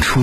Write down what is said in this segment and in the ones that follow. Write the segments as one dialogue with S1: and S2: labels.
S1: 初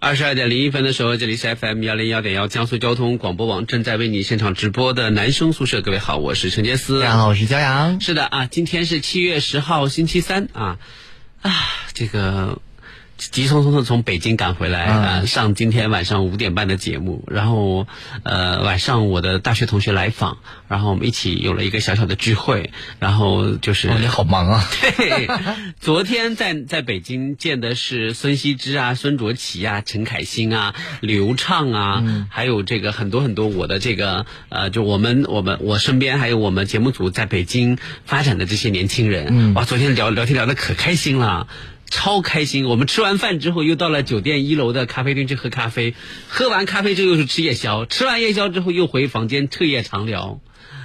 S2: 二十二点零一分的时候，这里是 FM 幺零幺点幺江苏交通广播网正在为你现场直播的男生宿舍，各位好，我是陈杰斯，
S3: 大家好，我是骄阳。
S2: 是的啊，今天是七月十号，星期三啊啊，这个急匆匆的从北京赶回来、
S3: 嗯
S2: 啊，上今天晚上五点半的节目，然后呃晚上我的大学同学来访，然后我们一起有了一个小小的聚会，然后就是、
S3: 哦，你好忙啊！
S2: 对， 昨天在在北京见的是孙羲之啊、孙卓琪啊、陈凯欣啊、刘畅啊，还有这个很多很多我的这个呃，就我们我们我身边还有我们节目组在北京发展的这些年轻人，哇，昨天聊聊天聊的可开心了。超开心！我们吃完饭之后，又到了酒店一楼的咖啡厅去喝咖啡，喝完咖啡之后又是吃夜宵，吃完夜宵之后又回房间彻夜长聊，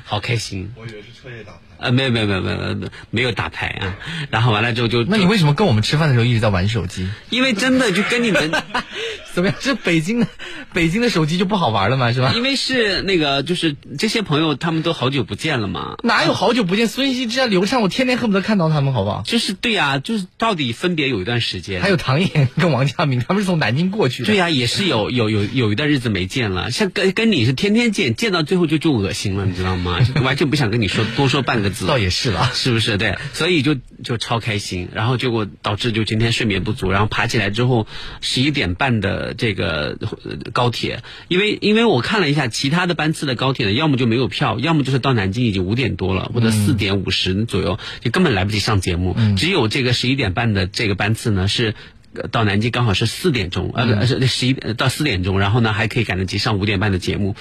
S2: 好开心。
S4: 我以为是彻夜打牌。
S2: 呃，没有没有没有没有没有没有打牌啊，然后完了之后就，
S3: 那你为什么跟我们吃饭的时候一直在玩手机？
S2: 因为真的就跟你们，
S3: 怎么样？是北京的，北京的手机就不好玩了吗？是吧？
S2: 因为是那个就是这些朋友他们都好久不见了嘛，
S3: 哪有好久不见孙羲之啊、刘畅，我天天恨不得看到他们，好不好？
S2: 就是对呀、就是到底分别有一段时间，
S3: 还有唐嫣跟王嘉明，他们是从南京过去的。
S2: 对呀、也是有有有有一段日子没见了，像跟跟你是天天见，见到最后就就恶心了，你知道吗？完全不想跟你说多说半个字。
S3: 倒也是了，
S2: 是不是？对，所以就就超开心，然后结果导致就今天睡眠不足，然后爬起来之后十一点半的这个呃高铁，因为因为我看了一下其他的班次的高铁呢，要么就没有票，要么就是到南京已经五点多了或者四点五十左右，就根本来不及上节目，只有这个十一点半的这个班次呢是。呃到南京刚好是四点钟，呃，不是十一到四点钟，然后呢还可以赶得及上五点半的节目，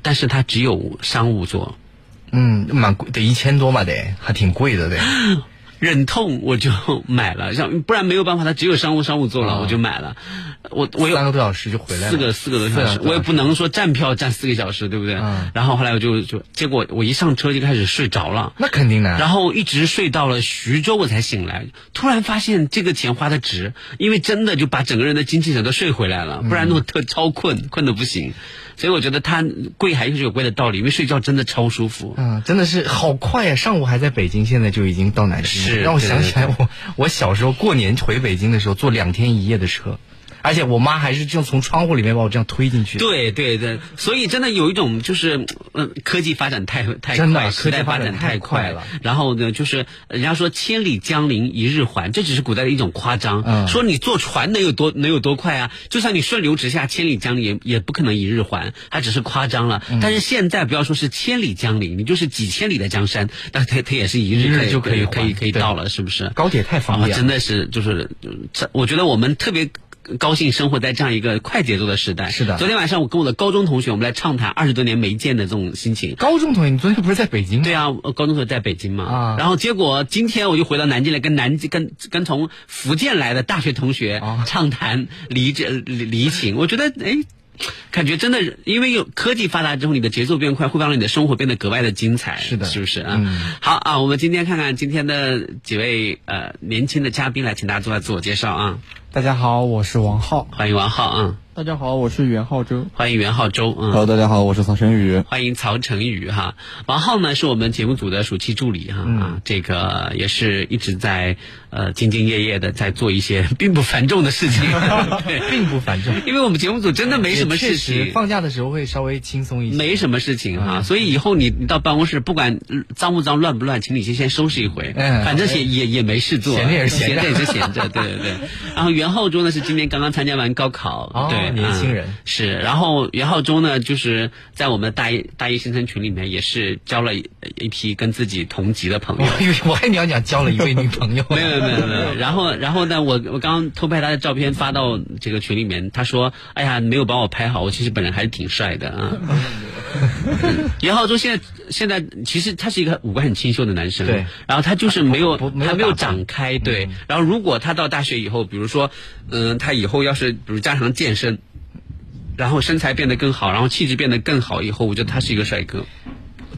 S2: 但是它只有商务座，
S3: 嗯，蛮贵，得一千多嘛，得还挺贵的，得。
S2: 忍痛我就买了，像不然没有办法，它只有商务商务座了，
S3: 哦
S2: 我就买了。我我有
S3: 三个多小时就回来了，啊
S2: 四个四个多小时，我也不能说站票站四个小时，对不对？
S3: 嗯
S2: 然后后来我就就结果我一上车就开始睡着了。
S3: 那肯定的。
S2: 然
S3: 后
S2: 后一直睡到了徐州，我才醒来。突然发现这个钱花的值，因为真的就把整个人的精气神都睡回来
S3: 嗯
S2: 了，不然我特超困，困的不行。所以我觉得它贵还是有贵的道理，因为睡觉真的超舒服。
S3: 嗯，真的是好快呀、上午还在北京，现在就已经到南京了。
S2: 是
S3: 让我
S2: 对
S3: 想起来
S2: 对
S3: 我，我小时候过年回北京的时候，坐两天一夜的车，而且我妈还是这样从窗户里面把我这样推进去。，
S2: 对对对，所以真的有一种就是，嗯，科技发展太太快，
S3: 真的科
S2: 时代
S3: 技
S2: 发
S3: 发
S2: 展
S3: 展
S2: 太
S3: 太
S2: 快
S3: 快
S2: 了
S3: 了。
S2: 然后呢，就是人家说“千里江陵一日还”，这只是古代的一种夸张。
S3: 嗯
S2: 说你坐船能有多能有多快啊？就算你顺流直下，千里江陵也也不可能一日还，它只是夸张了。
S3: 嗯
S2: 但是现在不要说是千里江陵，你就是几千里的江山，那它它也是一
S3: 一
S2: 日
S3: 日
S2: 可以
S3: 就可以
S2: 可以
S3: 还
S2: 可以
S3: 对
S2: 到了，是不是？
S3: 高铁太方便了。
S2: 啊，真的是就是，这我觉得我们特别。高兴生活在这样一个快节奏的时代。
S3: 是的
S2: 昨天晚上我跟我的高中同学，我们来畅谈二十多年没见的这种心情。
S3: 高中同学，你昨天不是在北京吗？
S2: 对啊，我高中同学在北京嘛，
S3: 啊
S2: 然后结果今天我就回到南京来，跟南京跟跟从福建来的大学同学
S3: 啊
S2: 畅谈离这离离情，我觉得哎。感觉真的，因为有科技发达之后，你的节奏变快，会让你的生活变得格外的精彩，
S3: 是的
S2: 是不是啊？
S3: 嗯
S2: 好啊，我们今天看看今天的几位呃年轻的嘉宾来，请大家做下自我介绍啊，
S5: 大家好，我是王浩。
S2: 欢迎王浩啊，
S5: 大家好，我是袁浩洲。
S2: 欢迎袁浩周啊，
S4: Hello，大家好，我是曹晨宇。
S2: 欢迎曹成宇哈，王浩呢是我们节目组的暑期助理哈、
S3: 嗯
S2: 啊，这个也是一直在呃兢兢业业的在做一些并不繁重的事 情，对
S3: 并不繁重。
S2: 因为我们节目组真的没什么事
S3: 也确
S2: 情
S3: 实，放假的时候会稍微轻松一些。
S2: 没什么事情哈、所以以后你你到办公室不管嗯脏不脏乱不乱，请你先先收拾一回，
S3: 嗯
S2: 反正也也也没事做，
S3: 闲着也是闲着
S2: 着也是闲着，对对对。 然后袁浩洲呢是今年刚刚参加完高考，
S3: 哦
S2: 对，
S3: 年轻
S2: 嗯
S3: 人
S2: 是。然后袁浩洲呢就是在我们大一大一新生群里面也是交了一呃一批跟自己同级的朋
S3: 我
S2: 友。
S3: 以为 我还你要讲交了一位女朋友，
S2: 没有没有没有没有。然后然后呢，我我刚刚偷拍他的照片发到这个群里面，他说：“哎呀，你没有把我拍好，我其实本人还是挺帅的啊。”袁浩中现在现在其实他是一个五官很清秀的男生，
S3: 对，
S2: 然后他就是没有
S3: 不不没有
S2: 还没有
S3: 打扮
S2: 长开，对。然后嗯如果他到大学以后，比如说，嗯、他以后要是比如加强健身。然后身材变得更好，然后气质变得更好以后，我觉得他是一个帅哥。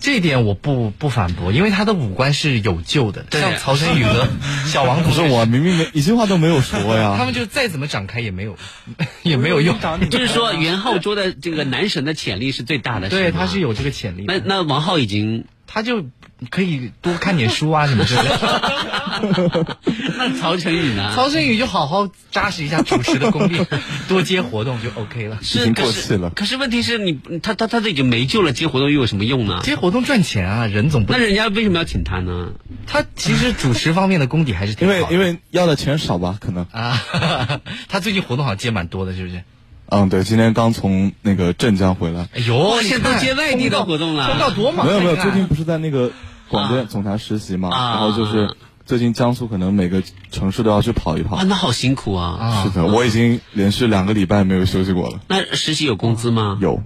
S3: 这一点我不不反驳，因为他的五官是有救的，
S2: 对
S3: 像曹晨宇 和小王
S4: 不
S3: 同
S4: 是
S3: 学，
S4: 我明明没一句话都没有说
S3: 他
S4: 呀。
S3: 们就再怎么展开也没有 也没有用，
S2: 就是说，袁浩洲的这个男神的潜力是最大的，
S3: 对，
S2: 吗
S3: 他是。有这个潜力的，
S2: 那那王浩已经，
S3: 他就可以多看点书啊什么之类的。
S2: 那曹晨宇呢？
S3: 曹晨宇就好好扎实一下主持的功 力，多接活动就 OK 了。
S2: 是
S4: 已经过
S2: 可是
S4: 气了
S2: 可是问题是你他他他都已经没救了，接活动又有什么用呢？
S3: 接活动赚钱啊，人总不
S2: 那人家为什么要请他呢？
S3: 他其实主持方面的功底还是挺
S4: 因为
S3: 好的
S4: 因为要的钱少吧，可能。
S3: 啊，他最近活动好像接蛮多的，是不是？
S4: 嗯，对，今天刚从那个镇江回来。
S3: 哎呦，
S2: 哇
S3: 你
S2: 现在都
S3: 看
S2: 接外地
S3: 通
S2: 的
S3: 告
S2: 活动了
S3: 通告多忙。
S4: 没有没有，
S3: 你看
S4: 最近不是在那个广电总台实习嘛，
S2: 啊
S4: 然后就是最近江苏可能每个城市都要去跑一跑
S2: 哇，。那好辛苦啊！
S3: 啊
S4: 是的，我已经连续两个礼拜没有休息过了。
S2: 那实习有工资吗？
S4: 有，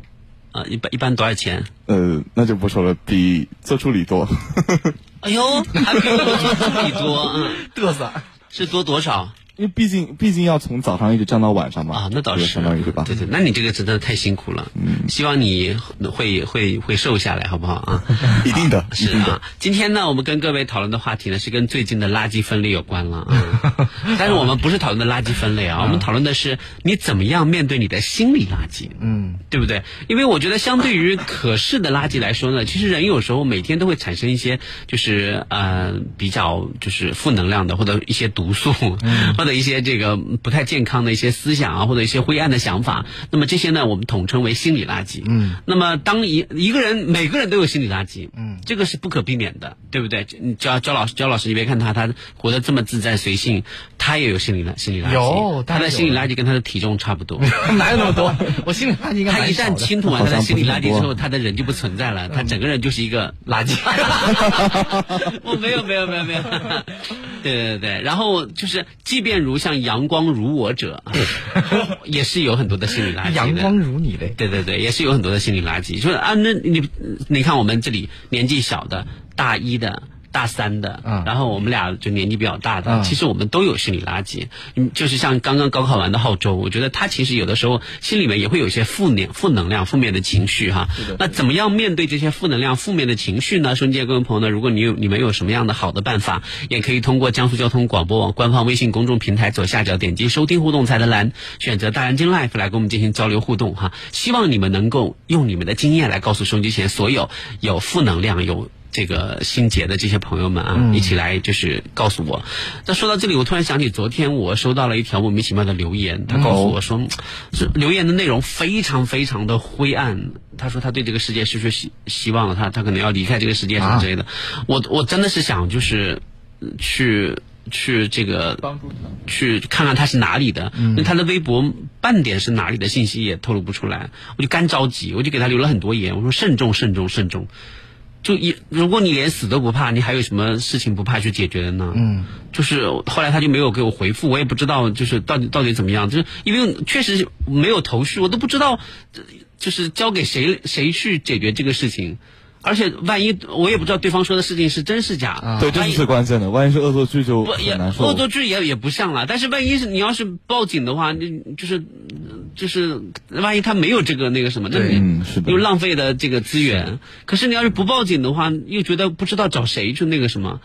S2: 啊，一般一般多少钱？
S4: 呃，那就不说了，比做助理多。
S2: 哎呦， 还比我们助理多，嗯，
S3: 嘚瑟，
S2: 是多多少
S4: 因为毕竟毕竟要从早上一直站到晚上嘛，
S2: 啊？那倒，
S4: 就是相当于对吧？嗯
S2: 对对，那你这个真的太辛苦了，希望你会会会瘦下来，好不好啊？
S4: 一定的，一
S2: 是
S4: 定的。
S2: 啊，今天呢，我们跟各位讨论的话题呢是跟最近的垃圾分类有关了啊。 但是我们不是讨论的垃圾分类
S4: 嗯
S2: 啊，我们讨论的是你怎么样面对你的心理垃圾，嗯，对不对？因为我觉得相对于可视的垃圾来说呢，其实人有时候每天都会产生一些就是呃比较就是负能量的或者一些毒素，
S3: 嗯
S2: 或者一些这个不太健康的一些思想啊，或者一些灰暗的想法。那么这些呢，我们统称为心理垃圾。嗯，那么当一一个人每个人都有心理垃圾，嗯，这个是不可避免的，对不对？你焦焦老师，焦老师，你别看他，他活得这么自在随性，他也有心理垃心理垃圾，
S3: 有
S2: 他
S3: 当然
S2: 的
S3: 有
S2: 心理垃圾跟他的体重差不多。
S3: 哪哎有那么 多？我心里垃圾应该
S2: 他
S3: 蛮
S2: 一
S3: 少
S2: 旦
S3: 的
S2: 清吐完
S4: 好
S2: 他
S4: 像
S2: 的心理垃圾
S4: 不是很多
S2: 之后，他的人就不存在了，
S3: 嗯
S2: 他整个人就是一个 垃圾。我没有没有没有没有，对对对，然后就是，即便如像阳光如我者， 也是有很多的心理垃圾的。
S3: 啊阳光如你嘞，
S2: 对对对，也是有很多的心理垃圾。说啊，那你你看我们这里年纪小的，大一的。大三的，
S3: 嗯
S2: 然后我们俩就年纪比较大的，
S3: 嗯
S2: 其实我们都有心理垃圾，嗯，就是像刚刚高考完的浩周，我觉得他其实有的时候心里面也会有一些负能负能量、负面的情绪哈。那怎么样面对这些负能量、负面的情绪呢？收音机前各位朋友呢，如果你有你们有什么样的好的办法，也可以通过江苏交通广播网官方微信公众平台左下角点击收听互动菜单栏，选择大蓝鲸 Life 来跟我们进行交流互动哈。希望你们能够用你们的经验来告诉收音机前所有有负能量、有这个心结的这些朋友们啊，
S5: 嗯
S2: 一起来就是告诉我。那说到这里，我突然想起昨天我收到了一条莫名其妙的留言，他告诉我
S5: 哦
S2: 说，嗯是留言的内容非常非常的灰暗。他说他对这个世界失去希希望了，他他可能要离开这个世界什
S5: 啊
S2: 么之类的。我我真的是想就是呃去去这个
S5: 帮助他。嗯
S2: 去看看他是哪里的，那、他的微博半点是哪里的信息也透露不出来，我就干着急，我就给他留了很多言，我说慎重慎重慎重，就一如果你连死都不怕，你还有什么事情不怕去解决的呢？嗯，就是后来他就没有给我回复，我也不知道就是到底到底怎么样，就是因为确实没有头绪，我都不知道呃就是交给谁谁去解决这个事情。而且万一我也不知道对方说的事情是真是假，
S4: 啊对，这
S2: 万
S4: 是
S2: 一
S4: 最关键的。万一是恶作剧就
S2: 不也
S4: 很难受。
S2: 恶作剧也也不像了，但是万一是你要是报警的话，你就是就是万一他没有这个那个什么，那
S3: 对
S2: 你
S4: 嗯是的
S2: 又浪费了这个资源。可是你要是不报警的话，又觉得不知道找谁去那个什么，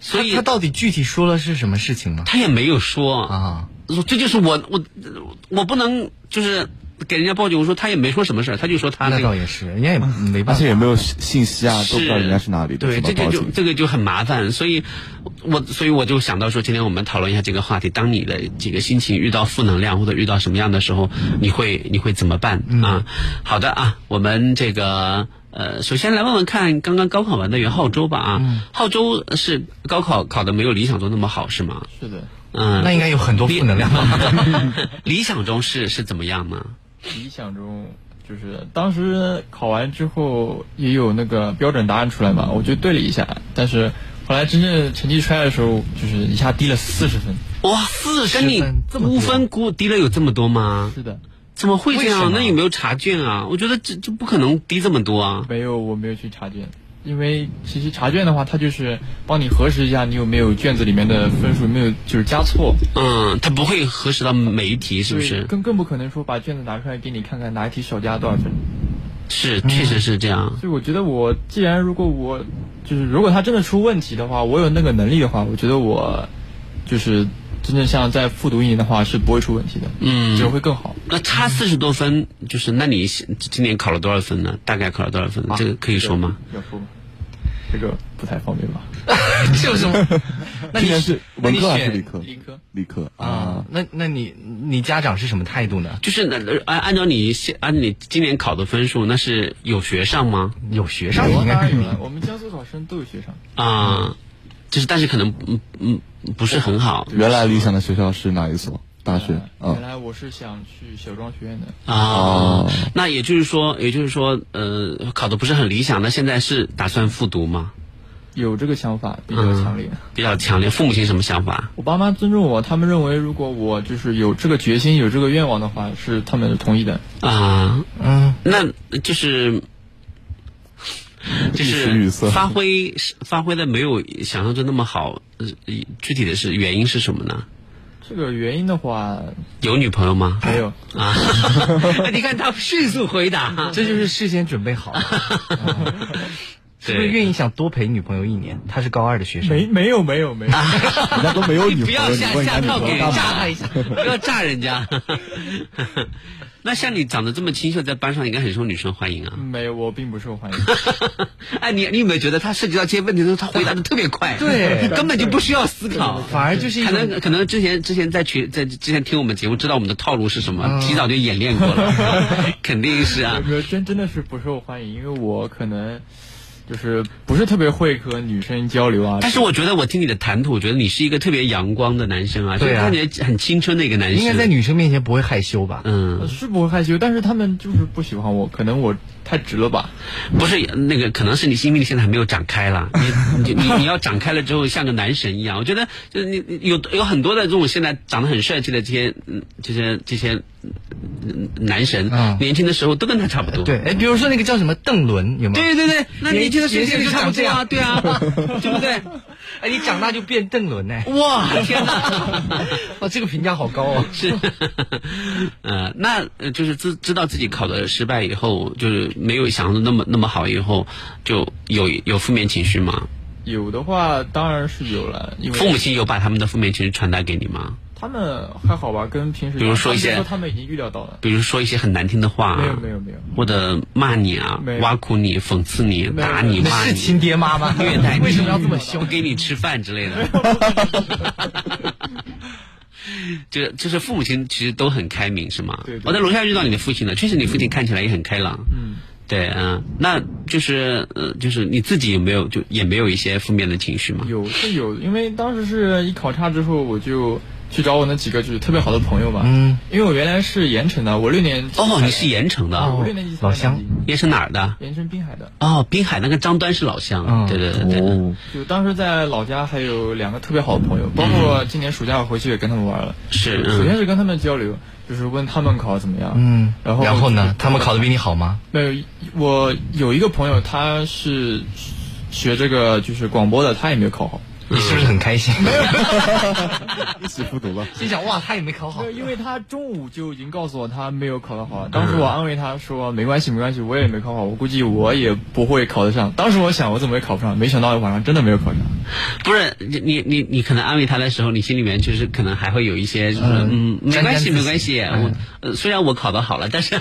S2: 所以
S3: 他他到底具体说了是什么事情吗？
S2: 他也没有说
S3: 啊，
S2: 说这就是我我我不能就是给人家报警，我说他也没说什么事儿，他就说他
S3: 那
S2: 那
S3: 倒
S2: 个。
S3: 也是，人家也没
S4: 而
S3: 办法
S4: 且。也没有信息啊，都不知道人家是哪里的，
S2: 对，
S4: 怎
S2: 这
S4: 么
S2: 个
S4: 报
S2: 就
S4: 警？
S2: 这个就很麻烦，所以我所以我就想到说，今天我们讨论一下这个话题。当你的这个心情遇到负能量或者遇到什么样的时候，你会你会怎么办啊？好的啊，我们这个。呃，首先来问问看，刚刚高考完的袁浩洲吧啊，浩洲是高考考的没有理想中那么好是吗？
S5: 是的，
S2: 嗯，
S3: 那应该有很多负能量吧？
S2: 理 想中是是怎么样呢？
S5: 理想中就是当时考完之后也有那个标准答案出来嘛，我就对了一下，但是后来真正成绩出来的时候，就是一下低了四十分。
S2: 哇，四跟你
S3: 分这么多
S2: 估分估低了有这么多吗？
S5: 是的，
S2: 怎么会这
S3: 为什
S2: 样？
S3: 么
S2: 那有没有查卷啊？我觉得这这不可能低这么多啊！
S5: 没有，我没有去查卷。因为其实查卷的话，它就是帮你核实一下你有没有卷子里面的分数有没有就是加错，
S2: 嗯，他不会核实到每一题，是不
S5: 对
S2: 是？
S5: 更更不可能说把卷子拿出来给你看看哪一题少加多少分。
S2: 是，确实是这样。
S5: 所以我觉得我既然如果我就是如果他真的出问题的话，我有那个能力的话，我觉得我就是真正像在复读一年的话是不会出问题的，
S2: 嗯
S5: 只会更好。
S2: 那差四十多分，就是那你今年考了多少分呢？大概考了多少分？
S3: 啊
S2: 这个可以说吗？
S5: 要说吗？这个不太方便吧？
S3: 这有什么？ 那
S4: 今
S3: 你
S4: 年
S3: 是
S4: 是
S3: 那
S4: 文
S3: 你
S4: 科还是
S3: 选
S4: 理科？
S5: 理科
S4: 理科啊，
S3: 啊？那那你你家长是什么态度呢？
S2: 就是那按按照你现按照你今年考的分数，那是有学上吗？
S3: 有学
S5: 当
S3: 上应该
S5: 然有 了，我们江苏考生都有学上，
S2: 啊，就是但是可能嗯嗯不是很好
S4: 原来理想的学校是哪一所大学
S5: 呃原？来
S4: 啊
S5: 原，来我是想去小庄学院的，
S2: 啊。那也就是说，也就是说，呃，考的不是很理想。那现在是打算复读吗？
S5: 有这个想法比较强烈。
S2: 比较强烈，父母亲什么想法？
S5: 我爸妈尊重我，他们认为如果我就是有这个决心、有这个愿望的话，是他们同意的。
S2: 啊，
S3: 嗯，
S2: 那就是就
S4: 语
S2: 是
S4: 塞
S2: 发挥发挥的没有想象中那么好，呃具体的是原因是什么呢？
S5: 这个原因的话，
S2: 有女朋友吗？
S5: 没有。
S2: 啊，你看他迅速回答，
S3: 这就是事先准备好的， 是不是愿意想多陪女朋友一年？他是高二的学生，
S5: 没没有没有没 有，
S4: 人家都没 有女
S2: 不
S4: 朋友，
S2: 要
S4: 你
S2: 下
S4: 问人家
S2: 下
S4: 女
S2: 套
S4: 朋
S2: 给
S4: 友
S2: 人
S4: 干
S2: 炸
S4: 嘛？
S2: 他一下，不要炸人家。 那像你长得这么清秀，在班上应该很受女生欢迎啊。
S5: 没有，我并不受欢 迎。
S2: 哎，你你有没有觉得他涉及到这些问题的时候，他回答的特别快？
S3: 对
S2: 根本就不需要思考。
S3: 反而就是一
S2: 可
S3: 种
S2: 能可能之前之前在群在之前听我们节目，知道我们的套路是什
S3: 嗯
S2: 么，提早就演练 过了，肯定是啊。
S5: 没有真真的是不受欢迎，因为我可能就是不是特别会和女生交流啊。
S2: 但 是我觉得我听你的谈吐，我觉得你是一个特别阳光的男生啊，
S3: 对啊
S2: 就看起来很青春的一个男生。
S3: 应该在女生面前不会害羞吧？
S2: 嗯，
S5: 是不会害羞，但是他们就是不喜欢我，可能我太直了吧。
S2: 不是那个，可能是你因为你现在还没有长开 啦，你你你你要长开了之后像个男神一样，我觉得就是你你有有很多的这种现在长得很帅气的这些嗯这些这些嗯男神，
S3: 嗯
S2: 年轻的时候都跟他差不多。
S3: 对，哎，比如说那个叫什么邓伦，有没 有？
S2: 对对对，那年轻的时候
S3: 年轻
S2: 就
S3: 就
S2: 差
S3: 长
S2: 不多
S3: 这
S2: 啊，
S3: 样
S2: 对啊，对不对？
S3: 哎，你长大就变邓伦 呢、
S2: 哇，天哪！
S3: 哇，这个评价好高哦。
S2: 是，呃，那呃就是知知道自己考的失败以后，就是没有想的那么那么好，以后就有有负面情绪吗？
S5: 有的话当然是有了，因为
S2: 父母亲有把他们的负面情绪传达给你吗？
S5: 他们还好吧，跟平时
S2: 比如说一些
S5: 他们他们已经预料到了。
S2: 比如说一些很难听的话，啊
S5: 没有没有没有，
S2: 或者骂你啊
S5: 没，有
S2: 挖苦你、讽刺你、
S5: 没有
S2: 打你、
S5: 没
S2: 骂
S3: 是
S2: 你、
S3: 亲爹妈吗？
S2: 虐待你，
S3: 为什么要这么凶
S2: 不？给你吃饭之类 的。就就是父母亲其实都很开明，是吗？
S5: 对对
S2: 我在楼下遇到你的父亲了，确实你父亲看起来也很开朗。
S5: 嗯，
S2: 对，嗯、那就是呃，就是你自己有没有就也没有一些负面的情绪吗？
S5: 有是有，因为当时是一考察之后，我就去找我那几个就是特别好的朋友嘛。
S3: 嗯，
S5: 因为我原来是盐城的，我六年级
S2: 哦，你是盐城的，
S5: 我
S2: 哦、
S5: 六年级才
S3: 老
S5: 来
S3: 乡
S5: 南京，
S2: 盐城哪儿的？
S5: 盐城滨海的。
S2: 哦，滨海那个张端是老乡，
S3: 嗯
S2: 对对对对。
S4: 哦，
S5: 就当时在老家还有两个特别好的朋友，包
S3: 嗯
S5: 括今年暑假我回去也跟他们玩了。
S2: 是嗯
S5: 首先是跟他们交流，就是问他们考得怎么样。
S3: 嗯，
S5: 然后
S3: 然后呢？他们考的比你好吗？
S5: 没有，我有一个朋友他是学这个就是广播的，他也没有考好。
S2: 嗯
S3: 你是不是很开心？没 有，
S4: 一起复读吧。
S3: 心想哇，他也没考好
S5: 没有，
S6: 哦
S5: 因为他中午就已经告诉我他没有考得好。当时我安慰他说：“没关系，没关系，我也没考好，我估计我也不会考得上。”当时我想我怎么也考不上，没想到晚上真的没有考上。
S2: 不是你你你你可能安慰他的时候，你心里面就是可能还会有一些就是嗯
S3: 嗯
S2: 没关系
S3: 沾沾自喜
S2: 没关系，
S3: 嗯
S2: 我、呃、虽然我考得好了，但是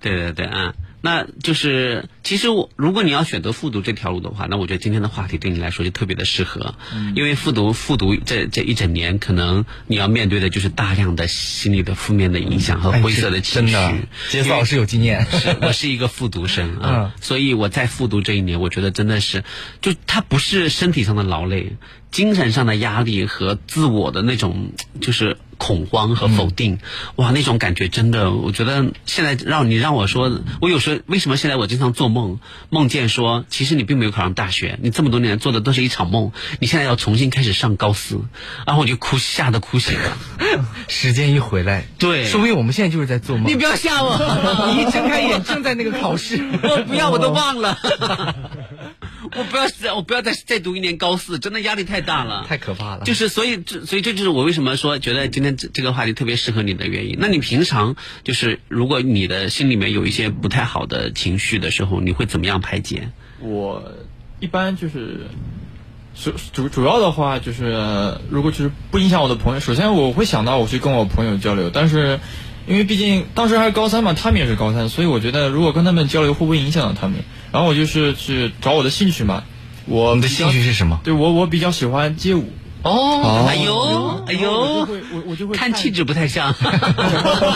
S2: 对对对啊，那就是其实我如果你要选择复读这条路的话，那我觉得今天的话题对你来说就特别的适合，因为复读复读这这一整年，可能你要面对的就是大量的心理的负面的影响和呃灰色的情绪。
S3: 哎真的，杰斯老师有经 验。
S2: 是我是一个复读生啊，所以我在复读这一年，我觉得真的是，就它不是身体上的劳累，精神上的压力和自我的那种就是恐慌和否定，哇，那种感觉真的，我觉得现在让你让我说，我有时候为什么现在我经常做梦，梦见说，其实你并没有考上大学，你这么多年做的都是一场梦，你现在要重新开始上高四，然后我就哭，吓得哭醒 了。
S3: 时间一回来，
S2: 对
S3: 说不定我们现在就是在做梦。
S2: 不要吓我，
S3: 你一睁开眼，正在那个考试。
S2: 我不要，我
S3: 哦
S2: 都忘了。 我不要再，我不要再再读一年高四，真的压力太大了，
S3: 太可怕了
S2: 就是所以，这所以这就是我为什么说觉得今天这这个话题特别适合你的原因。那你平常就是，如果你的心里面有一些不太好的情绪的时候，你会怎么样排解？
S5: 我一般就是主主主要的话就是，呃如果就是不影响我的朋友，首先我会想到我去跟我朋友交流，但是因为毕竟当时还是高三嘛，他们也是高三，所以我觉得如果跟他们交流会不会影响到他们？然后我就是去找我的兴趣嘛，我
S2: 嗯
S3: 你的
S5: 比较
S3: 兴趣是什么？
S5: 对我我比较喜欢街舞，
S2: 哦，哎呦，哎呦
S5: 哦我就，会我我就会
S2: 看气质不太 像。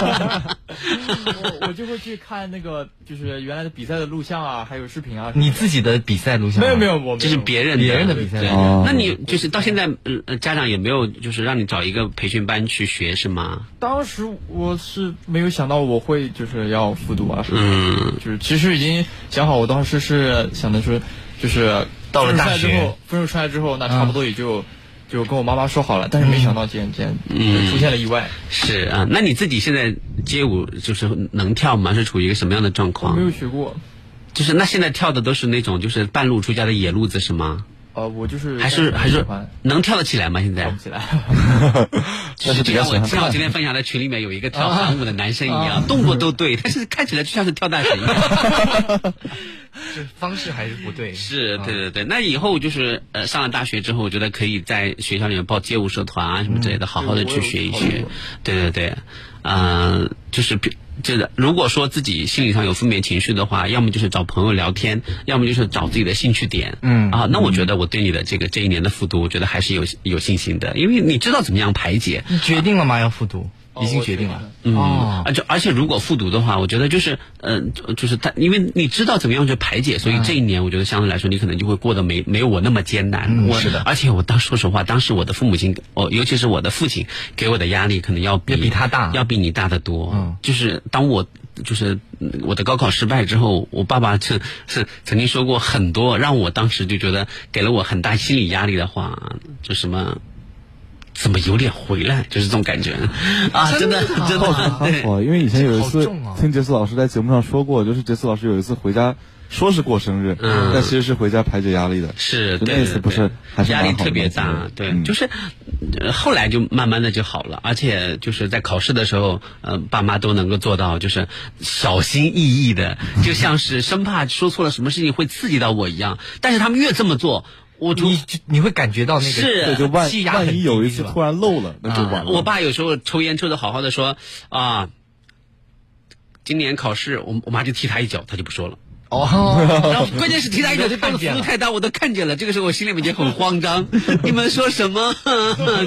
S5: 我我就会去看那个就是原来的比赛的录像啊，还有视频啊。
S3: 你自己的比赛录像？
S5: 没有没有，，我没有
S2: 啊这是别人
S3: 别人的比赛
S2: 对
S4: 哦
S2: 那你就是到现在，呃，家长也没有就是让你找一个培训班去学是吗？
S5: 当时我是没有想到我会就是要复读啊什么的，
S2: 嗯，
S5: 就是其实已经想好，我当时是想的是，就是
S3: 到了大学
S5: 分数出来之后，分数出来之后，那差不多也就、就跟我妈妈说好了，但是没想到今天今天出现了意外，
S2: 是
S5: 嗯
S2: 啊。那你自己现在街舞就是能跳吗？是处于一个什么样的状
S5: 我没有
S2: 况？
S5: 学过，
S2: 就是那现在跳的都是那种就是半路出家的野路子是吗？
S5: 呃，我就是
S2: 还是还
S5: 喜
S2: 是
S5: 欢
S2: 能跳得起来吗？现在
S5: 跳不起来，
S4: 但是比较喜
S2: 我
S4: 欢
S2: 像我
S4: 看
S2: 今。天分享的群里面有一个跳
S5: 啊
S2: 韩舞的男生一样，动作都对，但是看起来就像是跳大神一样。
S3: 方式还是不对。
S2: 是对对
S3: 嗯
S2: 对，那以后就是呃，上了大学之后，我觉得可以在学校里面报街舞社团啊什么之类的，好好
S3: 嗯
S2: 的去学一学。对对对，呃，就是比就是如果说自己心理上有负面情绪的话，要么就是找朋友聊天，要么就是找自己的兴趣点。
S3: 嗯
S2: 啊，那我觉得我对你的这个这一年的复读，我觉得还是有有信心的，因为你知道怎么样排解。
S3: 你决定了吗？要复读？已经决定
S5: 我决
S3: 了。
S2: 嗯，
S3: 哦，
S2: 而且而且如果复读的话，我觉得就是，嗯、就是他，因为你知道怎么样去排解，所以
S3: 嗯
S2: 这一年我觉得相对来说，你可能就会过得没没有我那么艰难。
S3: 嗯
S2: 我
S3: 是的
S2: 而且我当说实话，当时我的父母亲，哦，尤其是我的父亲给我的压力，可能要比
S3: 也比他大
S2: 要比你大得多。
S3: 嗯
S2: 就是当我就是嗯我的高考失败之后，我爸爸是是曾经说过很多让我当时就觉得给了我很大心理压力的话，就什么。怎么有脸回来？就是这种感觉啊！真的，真的，对，
S4: 哇，因为以前有一
S3: 好
S4: 次
S3: 重啊
S4: 听杰斯老师在节目上说过，就是杰斯老师有一次回家说是过生日，
S2: 嗯
S4: 但其实是回家排解压力的。
S2: 是，
S4: 就
S2: 对
S4: 那
S2: 对
S4: 次
S2: 对
S4: 不是还是
S2: 压
S4: 蛮
S2: 力
S4: 好
S2: 特
S4: 的
S2: 别
S4: 那次
S2: 大，对，
S4: 嗯
S2: 就是、呃后来就慢慢的就好了，而且就是在考试的时候，呃，爸妈都能够做到，就是小心翼翼的，就像是生怕说错了什么事情会刺激到我一样。但是他们越这么做，我就
S3: 你就你会感觉到那个
S2: 是
S4: 对，就万
S3: 气压很
S4: 万一有一
S3: 低
S4: 次
S3: 是吧
S4: 突然漏了，那就
S2: 啊
S4: 完，了。
S2: 我爸有时候抽烟抽的好好的说啊。今年考试，我我妈就踢他一脚，他就不说了。
S3: 哦，
S2: 然后关键是踢他一脚，就当时幅度太大，我都看见了。这个时候我心里面就很 慌张，你们说什么？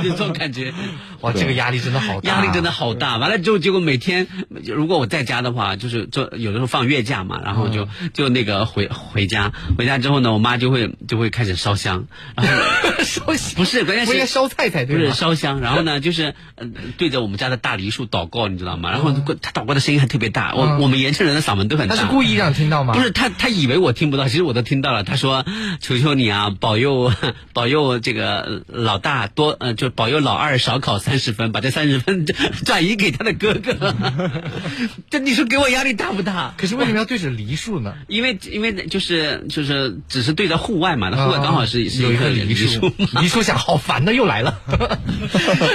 S2: 就这种感觉。
S3: 哇，这个压力真的好大，
S2: 压力真的。 好大。完了之后，结果每天如果我在家的话，就是做有的时候放月假嘛，然后就、
S3: 嗯
S2: 就那个回回家，回家之后呢，我妈就会就会开始烧香， 然后烧香不是，关键
S3: 不应该
S2: 是
S3: 烧菜才
S2: 不
S3: 对
S2: 是
S3: 吗？
S2: 烧香，然 后呢，就是呃对着我们家的大梨树祷告，你知道吗？然后他祷告的声音还特别大，我、
S3: 嗯
S2: 我们盐城人的嗓门都很
S3: 他
S2: 大。
S3: 是故意让你听到吗？
S2: 不是他，他以为我听不到，其实我都听到了。他说：“求求你啊，保佑 保佑这个呃老大多呃，就保佑老二少考三十分，把这三十分转移给他的哥哥。” 这你说给我压力大不大？
S3: 可是为什么要对着梨树呢？
S2: 因为因为就是就是只是对着户外嘛，那户外
S3: 啊
S2: 刚好是、是
S3: 有一
S2: 棵
S3: 棵梨
S2: 梨树
S3: 树，梨树想好烦的又来 了。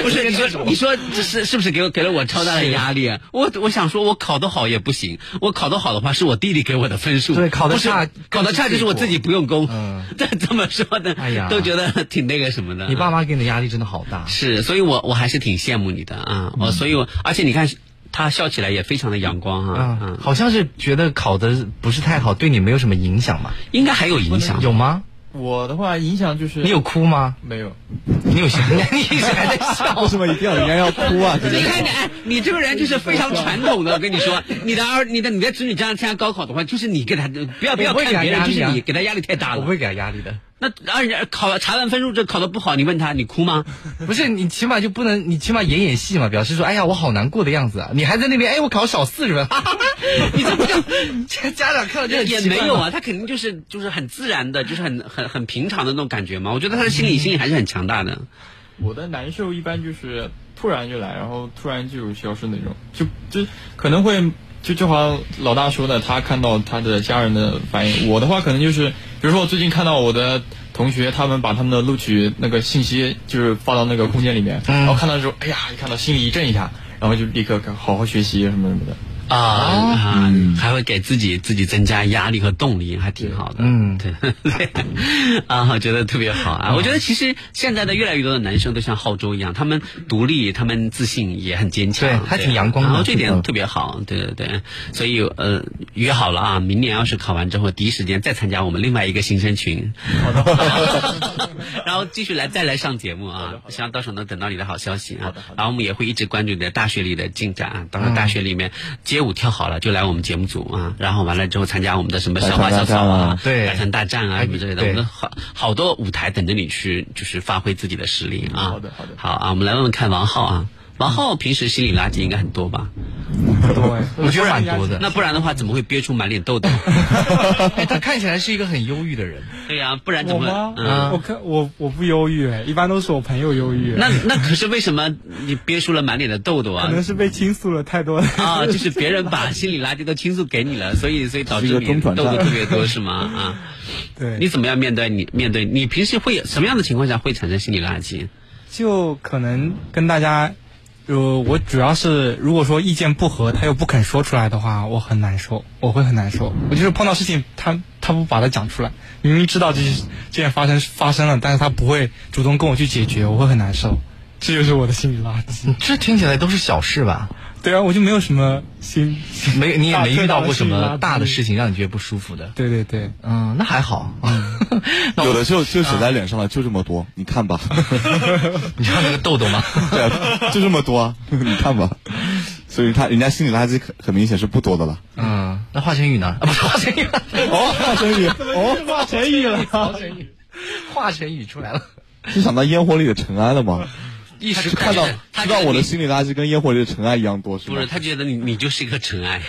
S2: 不是你说你说这是是不是给我给了我超大的压力啊？我我想说，我考得好也不行，我考得好的话是我弟弟给我的分数，
S3: 对考得
S2: 不是
S3: 差
S2: 考得差就是我自己不用功。
S3: 嗯
S2: 这怎么说呢？
S3: 哎呀
S2: 都觉得挺那个什么的。
S3: 你爸妈给你的压力真的好大。
S2: 是，所以我我还是挺羡慕你的
S3: 嗯
S2: 啊，我、所以我而且你看他笑起来也非常的阳光哈、啊，
S3: 啊，好像是觉得考的不是太好，对你没有什么影响吧？
S2: 应该还有影响。
S3: 有吗？
S5: 我的话影响就是
S3: 你有哭吗？
S5: 没有？
S3: 你有笑？ 你一直还在笑
S4: 为。什么一定要人家要哭啊？这个
S2: 你看你，哎，你这个人就是非常传统的。我跟你说，你的儿，你的你的子女将来参加高考的话，就是你给他，不要不要
S3: 我会
S2: 看
S3: 给他
S2: 别人，
S3: 压
S2: 就
S3: 力啊
S2: 是你给他压力太大
S3: 我
S2: 了
S3: 不。会给他压力的。
S2: 那让人考查完分数证考得不好，你问他你 哭吗？
S6: 不是你起码就不能，你起码演演戏嘛，表示说，哎呀，我好难过的样子啊！你还在那边，哎，我考少四十分，哈哈哈 你这不就家家长看到这
S2: 也没有啊，他肯定就是就是很自然的，就是很很很平常的那种感觉嘛。我觉得他的心理心理还是很强大的。
S7: 我的难受一般就是突然就来，然后突然就消失那种，就就可能会就就好像老大说的，他看到他的家人的反应，我的话可能就是，比如说我最近看到我的同学，他们把他们的录取那个信息就是发到那个空间里面，然后看到之后，哎呀，一看到心里一震一下，然后就立刻好好学习什么什么的。
S2: 啊啊、
S6: 嗯
S2: 还会给自己自己增加压力和动力，还挺好的。
S6: 嗯
S2: 对 对，啊，我觉得特别好啊。我觉得其实现在的越来越多的男生都像浩州一样，他们独立，他们自信，也很坚强，
S6: 对还挺阳光的
S2: 然后这点
S6: 嗯
S2: 特别好，对对对。所以呃，约好了啊，明年要是考完之后，第一时间再参加我们另外一个新生群， 然后继续来再来上节目啊。希望到时候能等到你的好消息啊。然后我们也会一直关注你的大学里的进展啊。到时候大学里面街舞跳好了，就来我们节目组啊。然后完了之后参加我们的什么校花校草啊，
S6: 对
S2: 百团大战啊什么之类的，
S6: 对
S2: 我们好好多舞台等着你去，就是发挥自己的实力啊。
S7: 好的好的
S2: 好啊，我们来问问看王浩啊。王浩平时心理垃圾应该很多吧？
S6: 我觉得蛮多的。
S2: 那不然的话怎么会憋出满脸 痘痘？
S6: 哎，他看起来是一个很忧郁的人，
S2: 对呀、不然怎
S5: 我
S2: 么会？
S5: 吗？
S2: 嗯，
S5: 我看我我不忧郁，哎，一般都是我朋友忧郁，
S2: 那那可是为什么你憋出了满脸的痘痘啊
S5: 可？能是被倾诉了太多了。
S2: 啊， 就是别人把心理垃圾都倾诉给你了，所以所以导致
S4: 是一个
S2: 你
S4: 中
S2: 痘痘
S4: 转站
S2: 特别多是 吗？啊，
S5: 对，
S2: 你怎么样面对你面对你平时会有什么样的情况下会产生心理垃圾？
S5: 就可能跟大家，呃，我主要是如果说意见不合，他又不肯说出来的话，我很难受，我会很难受。我就是碰到事情，他他不把它讲出来，明明知道这这件发生发生了，但是他不会主动跟我去解决，我会很难受。这就是我的心理垃圾。
S6: 这听起来都是小事吧？
S5: 对啊，我就没有什么心。
S6: 没，你也没遇到过什么大
S5: 大
S6: 的
S5: 的
S6: 事
S5: 事
S6: 情啊嗯让你觉得不舒服的。
S5: 对对对，
S6: 嗯，那还好。 那
S4: 有
S6: 我
S4: 的就就写在脸上了，就这么多，你看吧，
S6: 你知道那个痘痘 吗？
S4: 对啊， 就这么多，你看吧。所以他人家心理垃圾很很明显是不多的了。
S6: 嗯，那华晨宇呢？啊，不是华晨宇，
S4: 哦，华晨宇，哦，
S5: 华晨宇了，
S6: 啊华晨宇出来了，
S4: 是想到烟火里的尘埃了吗？
S2: 一时
S4: 看到
S2: 他
S4: 知
S2: 觉
S4: 道
S2: 得
S4: 我的
S2: 你
S4: 心理垃圾跟烟火里的尘埃一样多，是
S2: 不
S4: 吗
S2: 是？他觉得你你就是一个尘 埃。